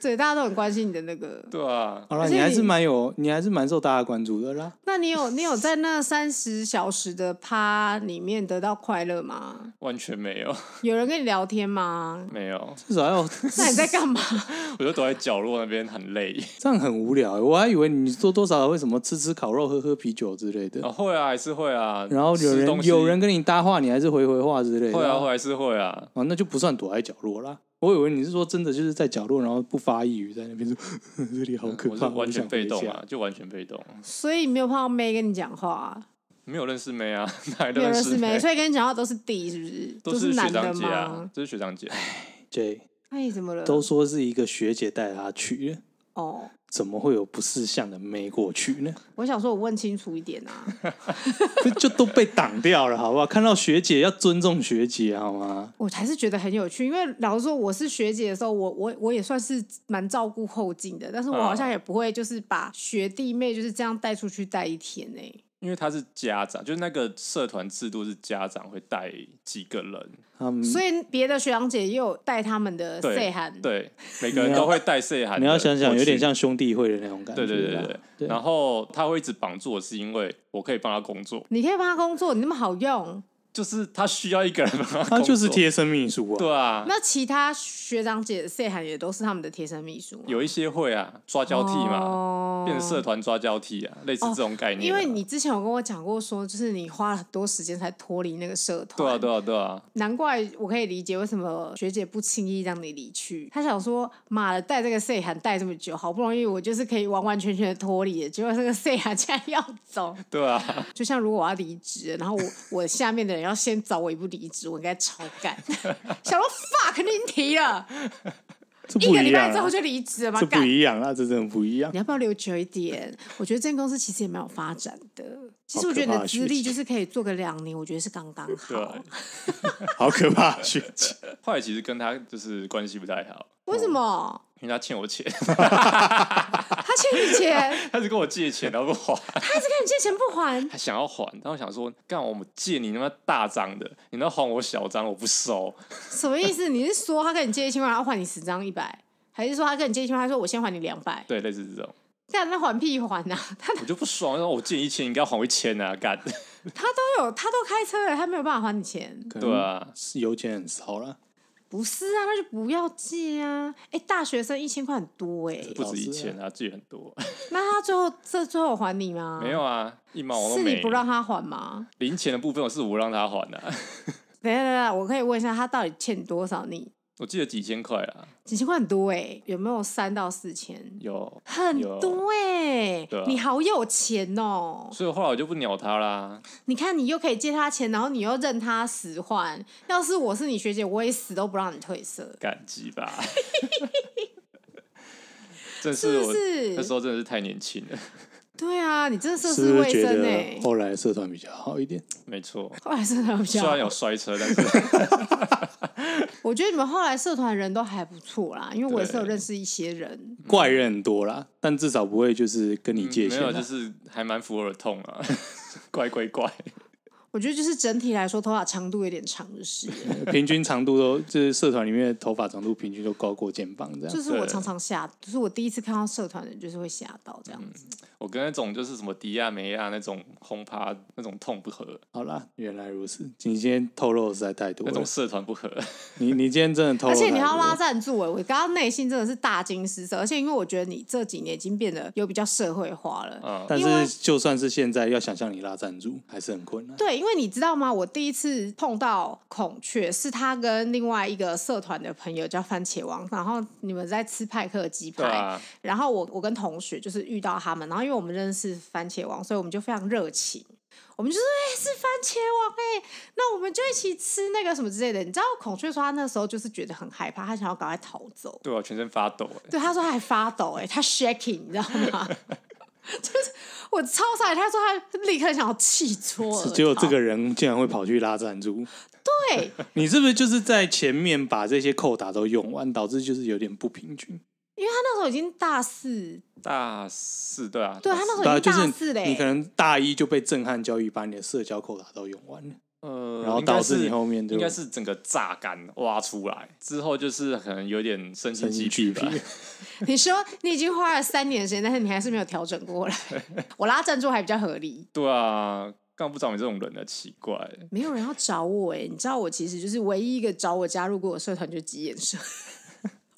Speaker 2: 对，大家都很关心你的那个。
Speaker 3: 对啊，
Speaker 1: 好了，
Speaker 2: 而且
Speaker 1: 你还是
Speaker 2: 你
Speaker 1: 蛮有，你还是蛮受大家关注的啦。
Speaker 2: 那你有你有在那三十小时的趴里面得到快乐吗？
Speaker 3: 完全没有，有
Speaker 2: 有人跟你聊天 吗？
Speaker 3: 没有，
Speaker 1: 至少要
Speaker 2: 那你在干嘛？
Speaker 3: 我就躲在角落那边很累。
Speaker 1: 这样很无聊欸、我还以为你多多少少会什么吃吃烤肉、喝喝啤酒之类的。
Speaker 3: 啊，会啊，还是会啊。
Speaker 1: 然后有
Speaker 3: 吃东
Speaker 1: 人
Speaker 3: 西
Speaker 1: 有人跟你搭话，你还是回回话之类的。
Speaker 3: 会啊，会还是会啊。
Speaker 1: 啊，那就不算躲在角落啦。我以为你是说真的就是在角落，然后不发一语，在那边说 这里好可
Speaker 3: 嗯我是
Speaker 1: 怕，
Speaker 3: 完全被动
Speaker 1: 啊
Speaker 3: 啊，。就完全被动，
Speaker 2: 所以没有碰到妹跟你讲话、啊
Speaker 3: 没有认识妹啊，哪来的
Speaker 2: 没有认识
Speaker 3: 识
Speaker 2: 妹，
Speaker 3: 妹？
Speaker 2: 所以跟你讲话都是弟，是不是？
Speaker 3: 都
Speaker 2: 是
Speaker 3: 学
Speaker 2: 男的
Speaker 3: 长姐啊
Speaker 2: 吗？，
Speaker 3: 都是学长姐。
Speaker 1: 对，
Speaker 2: 哎，怎么了？
Speaker 1: 都说是一个学姐带他去的，
Speaker 2: 哦，
Speaker 1: 怎么会有不识相的妹过去呢？
Speaker 2: 我想说，我问清楚一点啊。
Speaker 1: 这就都被挡掉了，好不好？看到学姐要尊重学姐，好吗？
Speaker 2: 我还是觉得很有趣，因为老实说，我是学姐的时候，我我我也算是蛮照顾后进的，但是我
Speaker 3: 啊
Speaker 2: 好像也不会就是把学弟妹就是这样带出去带一天欸呢、
Speaker 3: 因为他是家长，就是那个社团制度是家长会带几个人，
Speaker 1: 他们
Speaker 2: 所以别的学长姐也有带他们的
Speaker 3: 嗯对
Speaker 2: say 函，
Speaker 3: 对，每个人都会带 C 函。
Speaker 1: 你要想想，有点。像兄弟会的那种感觉
Speaker 3: 对
Speaker 1: 啦。
Speaker 3: 对对对对，
Speaker 1: 对
Speaker 3: 然后他会一直绑住我，是因为我可以帮他工作，
Speaker 2: 你可以帮他工作，你那么好用，
Speaker 3: 就是他需要一个人帮他工作，
Speaker 1: 他就是贴身秘书啊。
Speaker 3: 对啊，
Speaker 2: 那其他学长姐的 say 函也都是他们的贴身秘书吗，
Speaker 3: 有一些会啊，抓交替嘛，
Speaker 2: 哦
Speaker 3: 变成社团抓交替啊，类似这种概念啊。
Speaker 2: 因为你之前有跟我讲过说就是你花了很多时间才脱离那个社团，
Speaker 3: 对啊对啊对啊，
Speaker 2: 难怪我可以理解为什么学姐不轻易让你离去。她想说，妈的，带这个 C 函带这么久，好不容易我就是可以完完全全的脱离了，结果这个 C 函竟然要走。
Speaker 3: 对啊，
Speaker 2: 就像如果我要离职，然后我我下面的人要先找我一步离职，我应该超 干。想说 fuck，你提了，
Speaker 1: 这
Speaker 2: 一
Speaker 1: 不
Speaker 2: 个
Speaker 1: 一
Speaker 2: 礼拜
Speaker 1: 样
Speaker 2: 之后
Speaker 1: 啊，
Speaker 2: 就离职了嘛，
Speaker 1: 这不
Speaker 2: 干。
Speaker 1: 一样啊，这真的不一样。
Speaker 2: 你要不要留久一点？我觉得这间公司其实也蛮有发展的。其实
Speaker 1: 好
Speaker 2: 我觉得
Speaker 1: 可
Speaker 2: 你
Speaker 1: 怕
Speaker 2: 的
Speaker 1: 的
Speaker 2: 资
Speaker 1: 学
Speaker 2: 历
Speaker 1: 姐
Speaker 2: 就是可以做个两年，我觉得是刚刚
Speaker 3: 对
Speaker 2: 好
Speaker 3: 啊。
Speaker 1: 好可怕，啊学姐。
Speaker 3: 后来其实跟他就是关系不太好，
Speaker 2: 为什么？
Speaker 3: 因为他欠我钱，
Speaker 2: 他欠你钱，
Speaker 3: 他是跟我借钱，然后不还，
Speaker 2: 他一直跟你借钱不还，
Speaker 3: 他想要还，然后我想说，干我们借你那么大张的，你那还我小张，我不收。
Speaker 2: 什么意思？你是说他跟你借一千块，然后还你十张一百，还是说他跟你借一千块，他说我先还你两百？
Speaker 3: 对，类似这种，
Speaker 2: 但那还屁还呐、啊？他
Speaker 3: 我就不爽，然后我借你一千，你应该还我一千啊， 干，
Speaker 2: 他都有，他都开车了，他没有办法还你钱。
Speaker 3: 对，啊，
Speaker 1: 油钱很少啦，
Speaker 2: 不是啊，那就不要借啊！哎、大学生一千块很多哎、
Speaker 3: 不止一千啊，借很多，
Speaker 2: 那他最后这最后还你吗？
Speaker 3: 没有啊，一毛我都
Speaker 2: 是
Speaker 3: 没。
Speaker 2: 你不让他还吗？
Speaker 3: 零钱的部分，我是我让他还的、啊
Speaker 2: 等一下等一下，我可以问一下他到底欠多少你？
Speaker 3: 我记得几千块啊，
Speaker 2: 几千块很多哎、有没有三到四千？
Speaker 3: 有，
Speaker 2: 很
Speaker 3: 有啊
Speaker 2: 多哎、
Speaker 3: 对啊
Speaker 2: 你好有钱哦、
Speaker 3: 所以后来我就不鸟他啦。
Speaker 2: 你看，你又可以借他钱，然后你又任他使唤。要是我是你学姐，我也死都不让你褪色，
Speaker 3: 感激吧。 真
Speaker 2: 是
Speaker 3: 是
Speaker 2: 不
Speaker 3: 我那时
Speaker 2: 是？
Speaker 3: 候真的是太年轻了，
Speaker 2: 对啊，你真的涉
Speaker 1: 是
Speaker 2: 世
Speaker 1: 不
Speaker 2: 未
Speaker 1: 是觉
Speaker 2: 深哎、
Speaker 1: 得后来社团比较好一点？
Speaker 3: 没错。
Speaker 2: 后来社团比
Speaker 3: 虽
Speaker 2: 较好，
Speaker 1: 哦
Speaker 3: 然有摔车，但是
Speaker 2: 我觉得你们后来社团人都还不错啦，因为我也是有
Speaker 3: 对
Speaker 2: 认识一些人。
Speaker 1: 怪人很多啦，但至少不会就是跟你借
Speaker 3: 嗯没
Speaker 1: 钱啊
Speaker 3: 有，
Speaker 1: 啦
Speaker 3: 啊 就。是还蛮服我的痛啊，怪怪怪。
Speaker 2: 我觉得就是整体来说，头发长度有点长，就是了
Speaker 1: 平均长度都 就是社团里面的头发长度平均都高过肩膀这样。
Speaker 2: 就是我
Speaker 3: 对
Speaker 2: 常常吓，就是我第一次看到社团的人，就是会吓到这样子。
Speaker 3: 我跟那种就是什么迪亚梅亚那种轰趴那种痛不合，
Speaker 1: 好啦，原来如此，你今天透露的实在太多
Speaker 3: 那
Speaker 1: 了
Speaker 3: 种。社团不合，
Speaker 1: 你你今天真的透露
Speaker 2: 而
Speaker 3: 哦
Speaker 1: 太多，
Speaker 2: 且你还要拉赞助哎、我刚刚内心真的是大惊失色。而且因为我觉得你这几年已经变得有比较社会化了，
Speaker 3: 嗯，
Speaker 1: 但
Speaker 2: 因为
Speaker 1: 是就算是现在要想象你拉赞助，还是很困难。
Speaker 2: 对，因为你知道吗？我第一次碰到孔雀，是他跟另外一个社团的朋友叫番茄王，然后你们在吃派克鸡排，
Speaker 3: 对啊，
Speaker 2: 然后我我跟同学就是遇到他们，然后因为我们认识番茄王，所以我们就非常热情。我们就说，哎、是番茄王哎、那我们就一起吃那个什么之类的。你知道孔雀说他那时候就是觉得很害怕，他想要赶快逃走。
Speaker 3: 对啊，全身发抖、欸，
Speaker 2: 对，他说他还发抖、哎，他 shaking，你知道吗？ 就是我超傻眼，他说他立刻想要气桌而逃。
Speaker 1: 结果这个人竟然会跑去拉赞 助，
Speaker 2: 对，
Speaker 1: 你是不是就是在前面把这些扣打都用完，导致就是有点不平均？
Speaker 2: 那时候已经大四，
Speaker 3: 大四对啊，
Speaker 2: 对
Speaker 3: 大
Speaker 2: 他那
Speaker 3: 四
Speaker 2: 时
Speaker 1: 对
Speaker 2: 候
Speaker 1: 啊，
Speaker 2: 已
Speaker 1: 就
Speaker 2: 经
Speaker 1: 是
Speaker 2: 大四嘞、
Speaker 1: 你可能大一就被震撼教育，把你的社交扣打都用完了，
Speaker 3: 呃，
Speaker 1: 然后
Speaker 3: 应该
Speaker 1: 导致你
Speaker 3: 是
Speaker 1: 后面就
Speaker 3: 应该是整个榨干挖出来之后，就是可能有点身心
Speaker 1: 身心
Speaker 3: 鸡
Speaker 1: 俱
Speaker 3: 皮
Speaker 1: 疲
Speaker 3: 吧。。
Speaker 2: 你说你已经花了三年的时间，但是你还是没有调整 过来。我拉赞助还比较合理，
Speaker 3: 对啊，干嘛不找你这种人呢？奇怪、
Speaker 2: 没有人要找我哎、你知道我其实就是唯一一个找我加入过的社团，就是吉眼社，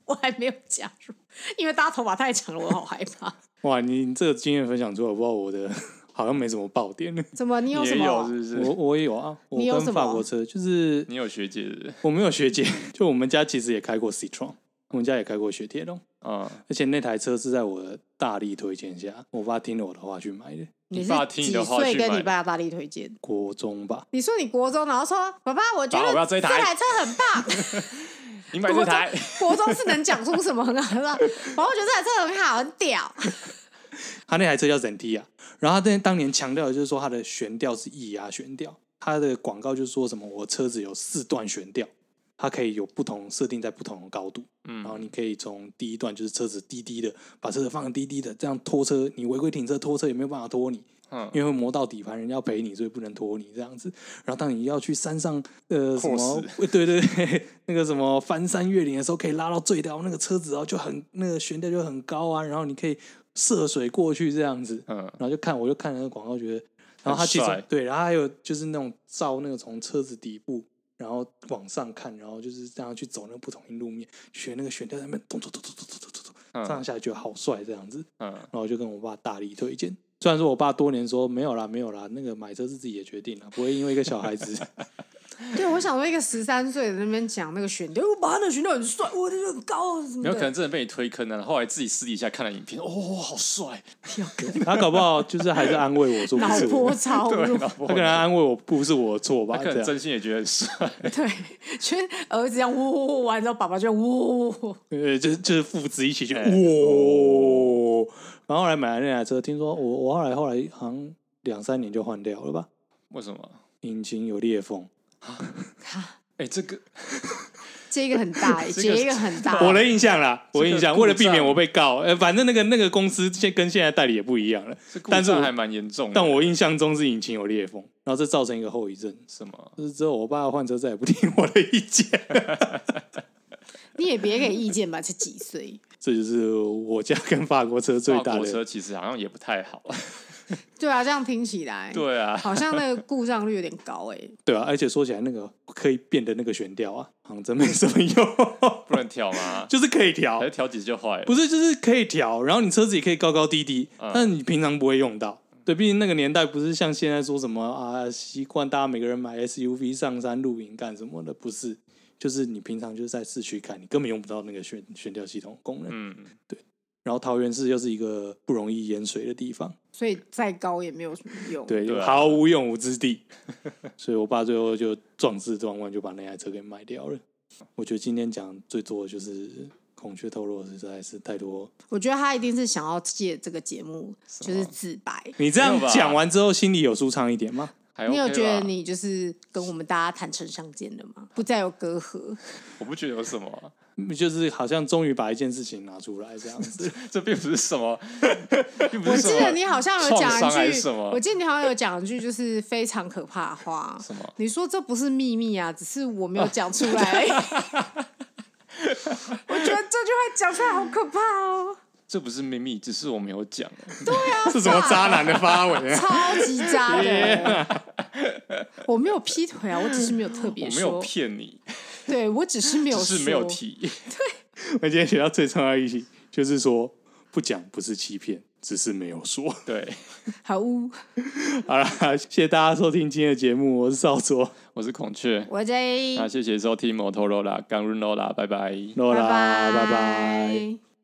Speaker 2: 我还没有加入，因为大家头发太长了，我好害怕。
Speaker 1: 哇，你你这个经验分享出来，我不知道我的 好像没什么爆 点。
Speaker 2: 怎么你有
Speaker 3: 你
Speaker 2: 什
Speaker 3: 也有
Speaker 2: 么？
Speaker 3: 是不是？
Speaker 1: 我我也有啊，我
Speaker 2: 你有什
Speaker 1: 跟
Speaker 2: 么
Speaker 1: 法国车就是
Speaker 3: 你有学姐是不是
Speaker 1: 我没有学姐， 就我们家其实也开过 Citron，我们家也开过雪铁龙，
Speaker 3: 嗯，
Speaker 1: 而且那台车是在我的大力推荐下，我爸听了我的话去买的，
Speaker 2: 你
Speaker 3: 你
Speaker 2: 是
Speaker 3: 爸听你
Speaker 2: 几
Speaker 3: 的话
Speaker 2: 岁
Speaker 3: 去
Speaker 2: 跟
Speaker 3: 买
Speaker 2: 你爸大力推荐？
Speaker 1: 国中吧，
Speaker 2: 你说你国中，然后说爸爸，我觉
Speaker 3: 爸
Speaker 2: 得
Speaker 3: 我要这一台
Speaker 2: 车很棒。
Speaker 3: 你买这台，
Speaker 2: 国中是能讲出什么 很好的，然后我觉得这台车很好，很屌。
Speaker 1: 他那台车叫 Zentia，然后他那当年强调的就是说它的悬吊是液压悬吊，它的广告就是说什么我车子有四段悬吊，它可以有不同设定在不同的高度，然后
Speaker 3: 嗯，
Speaker 1: 你可以从第一段就是车子低低的，把车子放得低低的，这样拖车你违规停车拖车也没有办法拖你，
Speaker 3: 嗯
Speaker 1: 因为会磨到底盘，人家要赔你，所以不能拖你这样子。然后当你要去山上呃什么， 对对对，那个什么翻山越岭的时候，可以拉到最高，那个车子然后就很那个悬吊就很高啊，然后你可以涉水过去这样子。
Speaker 3: 嗯，
Speaker 1: 然后就看，我就看那个广告，觉得，然后
Speaker 3: 很
Speaker 1: 他其
Speaker 3: 帅
Speaker 1: 实对，然后还有就是那种照那个从车子底部，然后往上看，然后就是这样去走那个不同的路面，学那个悬吊在那边咚咚咚咚咚咚咚咚咚，
Speaker 3: 嗯
Speaker 1: 上下觉得好帅这样子，
Speaker 3: 嗯，
Speaker 1: 然后我就跟我爸大力推荐。虽然说我爸多年说没有啦，没有啦，那个买车是自己的决定啦，不会因为一个小孩子
Speaker 2: 对，我想说一个十三岁的那边讲那个悬吊，我把那悬吊很帅，我的很高啊什么
Speaker 3: 没
Speaker 2: 的，
Speaker 3: 有可能真的被你推坑了、后来自己私底下看了影片，哦，好帅，
Speaker 1: 他搞不好就是还是安慰我说不
Speaker 2: 脑
Speaker 1: 是我
Speaker 2: 波，超
Speaker 3: 对，
Speaker 2: 弱，
Speaker 3: 老婆
Speaker 1: 他可能安慰我不是我的错吧，
Speaker 3: 他可
Speaker 1: 啊这
Speaker 3: 能
Speaker 1: 样
Speaker 3: 真心也觉得 很帅，
Speaker 2: 对，全儿子这样呜呜呜完之后，爸爸就呜呜呜，
Speaker 1: 呃，就是就是父子一起去哇、
Speaker 3: 哎
Speaker 1: 然后后来买了那台车，听说我我后来后来好像两三年就换掉了吧，
Speaker 3: 为什么？
Speaker 1: 引擎有裂缝，
Speaker 3: 哎、这个
Speaker 2: 接一个很大，
Speaker 3: 这个
Speaker 2: 接一个很大，
Speaker 1: 我的印象啦，我的印
Speaker 3: 这
Speaker 1: 象，
Speaker 3: 个
Speaker 1: 为了避
Speaker 3: 故障
Speaker 1: 免我被告，呃，反正那个那个公司现跟现在代理也不一样了，
Speaker 3: 这故
Speaker 1: 但是
Speaker 3: 障
Speaker 1: 我
Speaker 3: 还蛮严重的，
Speaker 1: 但我印象中是引擎有裂缝，然后这造成一个后遗症，
Speaker 3: 什么？
Speaker 1: 就是之后我爸换车再也不听我的意见，
Speaker 2: 你也别给意见吧，才几岁？
Speaker 1: 这就是我家跟法国车最
Speaker 3: 法
Speaker 1: 大
Speaker 3: 国
Speaker 1: 的
Speaker 3: 车其实好像也不太好，
Speaker 2: 对啊，这样听起 来，
Speaker 3: 对啊，
Speaker 2: 好像那个故障率有点高哎、
Speaker 1: 对啊，而且说起来那个可以变的那个悬吊啊，好像真没什么用，
Speaker 3: 不能跳吗？
Speaker 1: 就是可以调
Speaker 3: 还是，调几次就坏了？
Speaker 1: 不是，就是可以调，然后你车子也可以高高低低，
Speaker 3: 嗯
Speaker 1: 但你平常不会用到。对，毕竟那个年代不是像现在说什么啊，习惯大家每个人买 SUV 上山露营干什么的，不是，就是你平常就是在市区开，你根本用不到那个悬悬吊系统功能。
Speaker 3: 嗯，
Speaker 1: 然后桃园市又是一个不容易淹水的地方，
Speaker 2: 所以再高也没有什么用。
Speaker 1: 对，
Speaker 3: 对啊
Speaker 1: 毫无用武之地， 所以我爸最后就壮士断腕，就把那台车给卖掉了。我觉得今天讲最多的就是孔雀透露，实在是太多
Speaker 2: 我觉得他一定是想要借这个节目，就是自白。
Speaker 1: 你这样
Speaker 3: 没有吧
Speaker 1: 讲完之后，心里有舒畅一点吗？
Speaker 3: 还 OK
Speaker 2: 你有觉得
Speaker 3: 吧
Speaker 2: 你就是跟我们大家坦诚相见了吗？不再有隔阂。
Speaker 3: 我不觉得有什么啊、
Speaker 1: 就是好像终于把一件事情拿出来这样 子。
Speaker 3: 这并不是什么， 并不
Speaker 2: 我
Speaker 3: 是什
Speaker 2: 记
Speaker 3: 么
Speaker 2: 得你好像有讲
Speaker 3: 创伤还
Speaker 2: 一
Speaker 3: 是
Speaker 2: 句
Speaker 3: 什么，
Speaker 2: 我记得你好像有讲一句就是非常可怕的话。
Speaker 3: 什么
Speaker 2: 你说这不是秘密啊，只是我
Speaker 3: 哦
Speaker 2: 没有讲出来。 我觉得这句话讲出来好可怕哦，
Speaker 3: 这不是秘密，只是我没有讲。
Speaker 1: 是什么渣男的发文啊？
Speaker 2: 超级渣的。 我没有劈腿啊，我只是没有特别
Speaker 3: 我没有
Speaker 2: 说，
Speaker 3: 骗你，
Speaker 2: 对我只是没有
Speaker 3: 只
Speaker 2: 说，
Speaker 3: 是没有提。
Speaker 1: 我今天学到最重要的一题就是说，不讲不是欺骗，只是没有说。
Speaker 3: 对，
Speaker 2: 好污。
Speaker 1: 好啦，谢谢大家收听今天的节目，我是少佐
Speaker 3: 我是孔雀。
Speaker 2: 我在，
Speaker 3: 那谢谢收听摩托罗拉、干 r o l a 拜拜。
Speaker 1: 诺拉，拜拜。
Speaker 2: 拜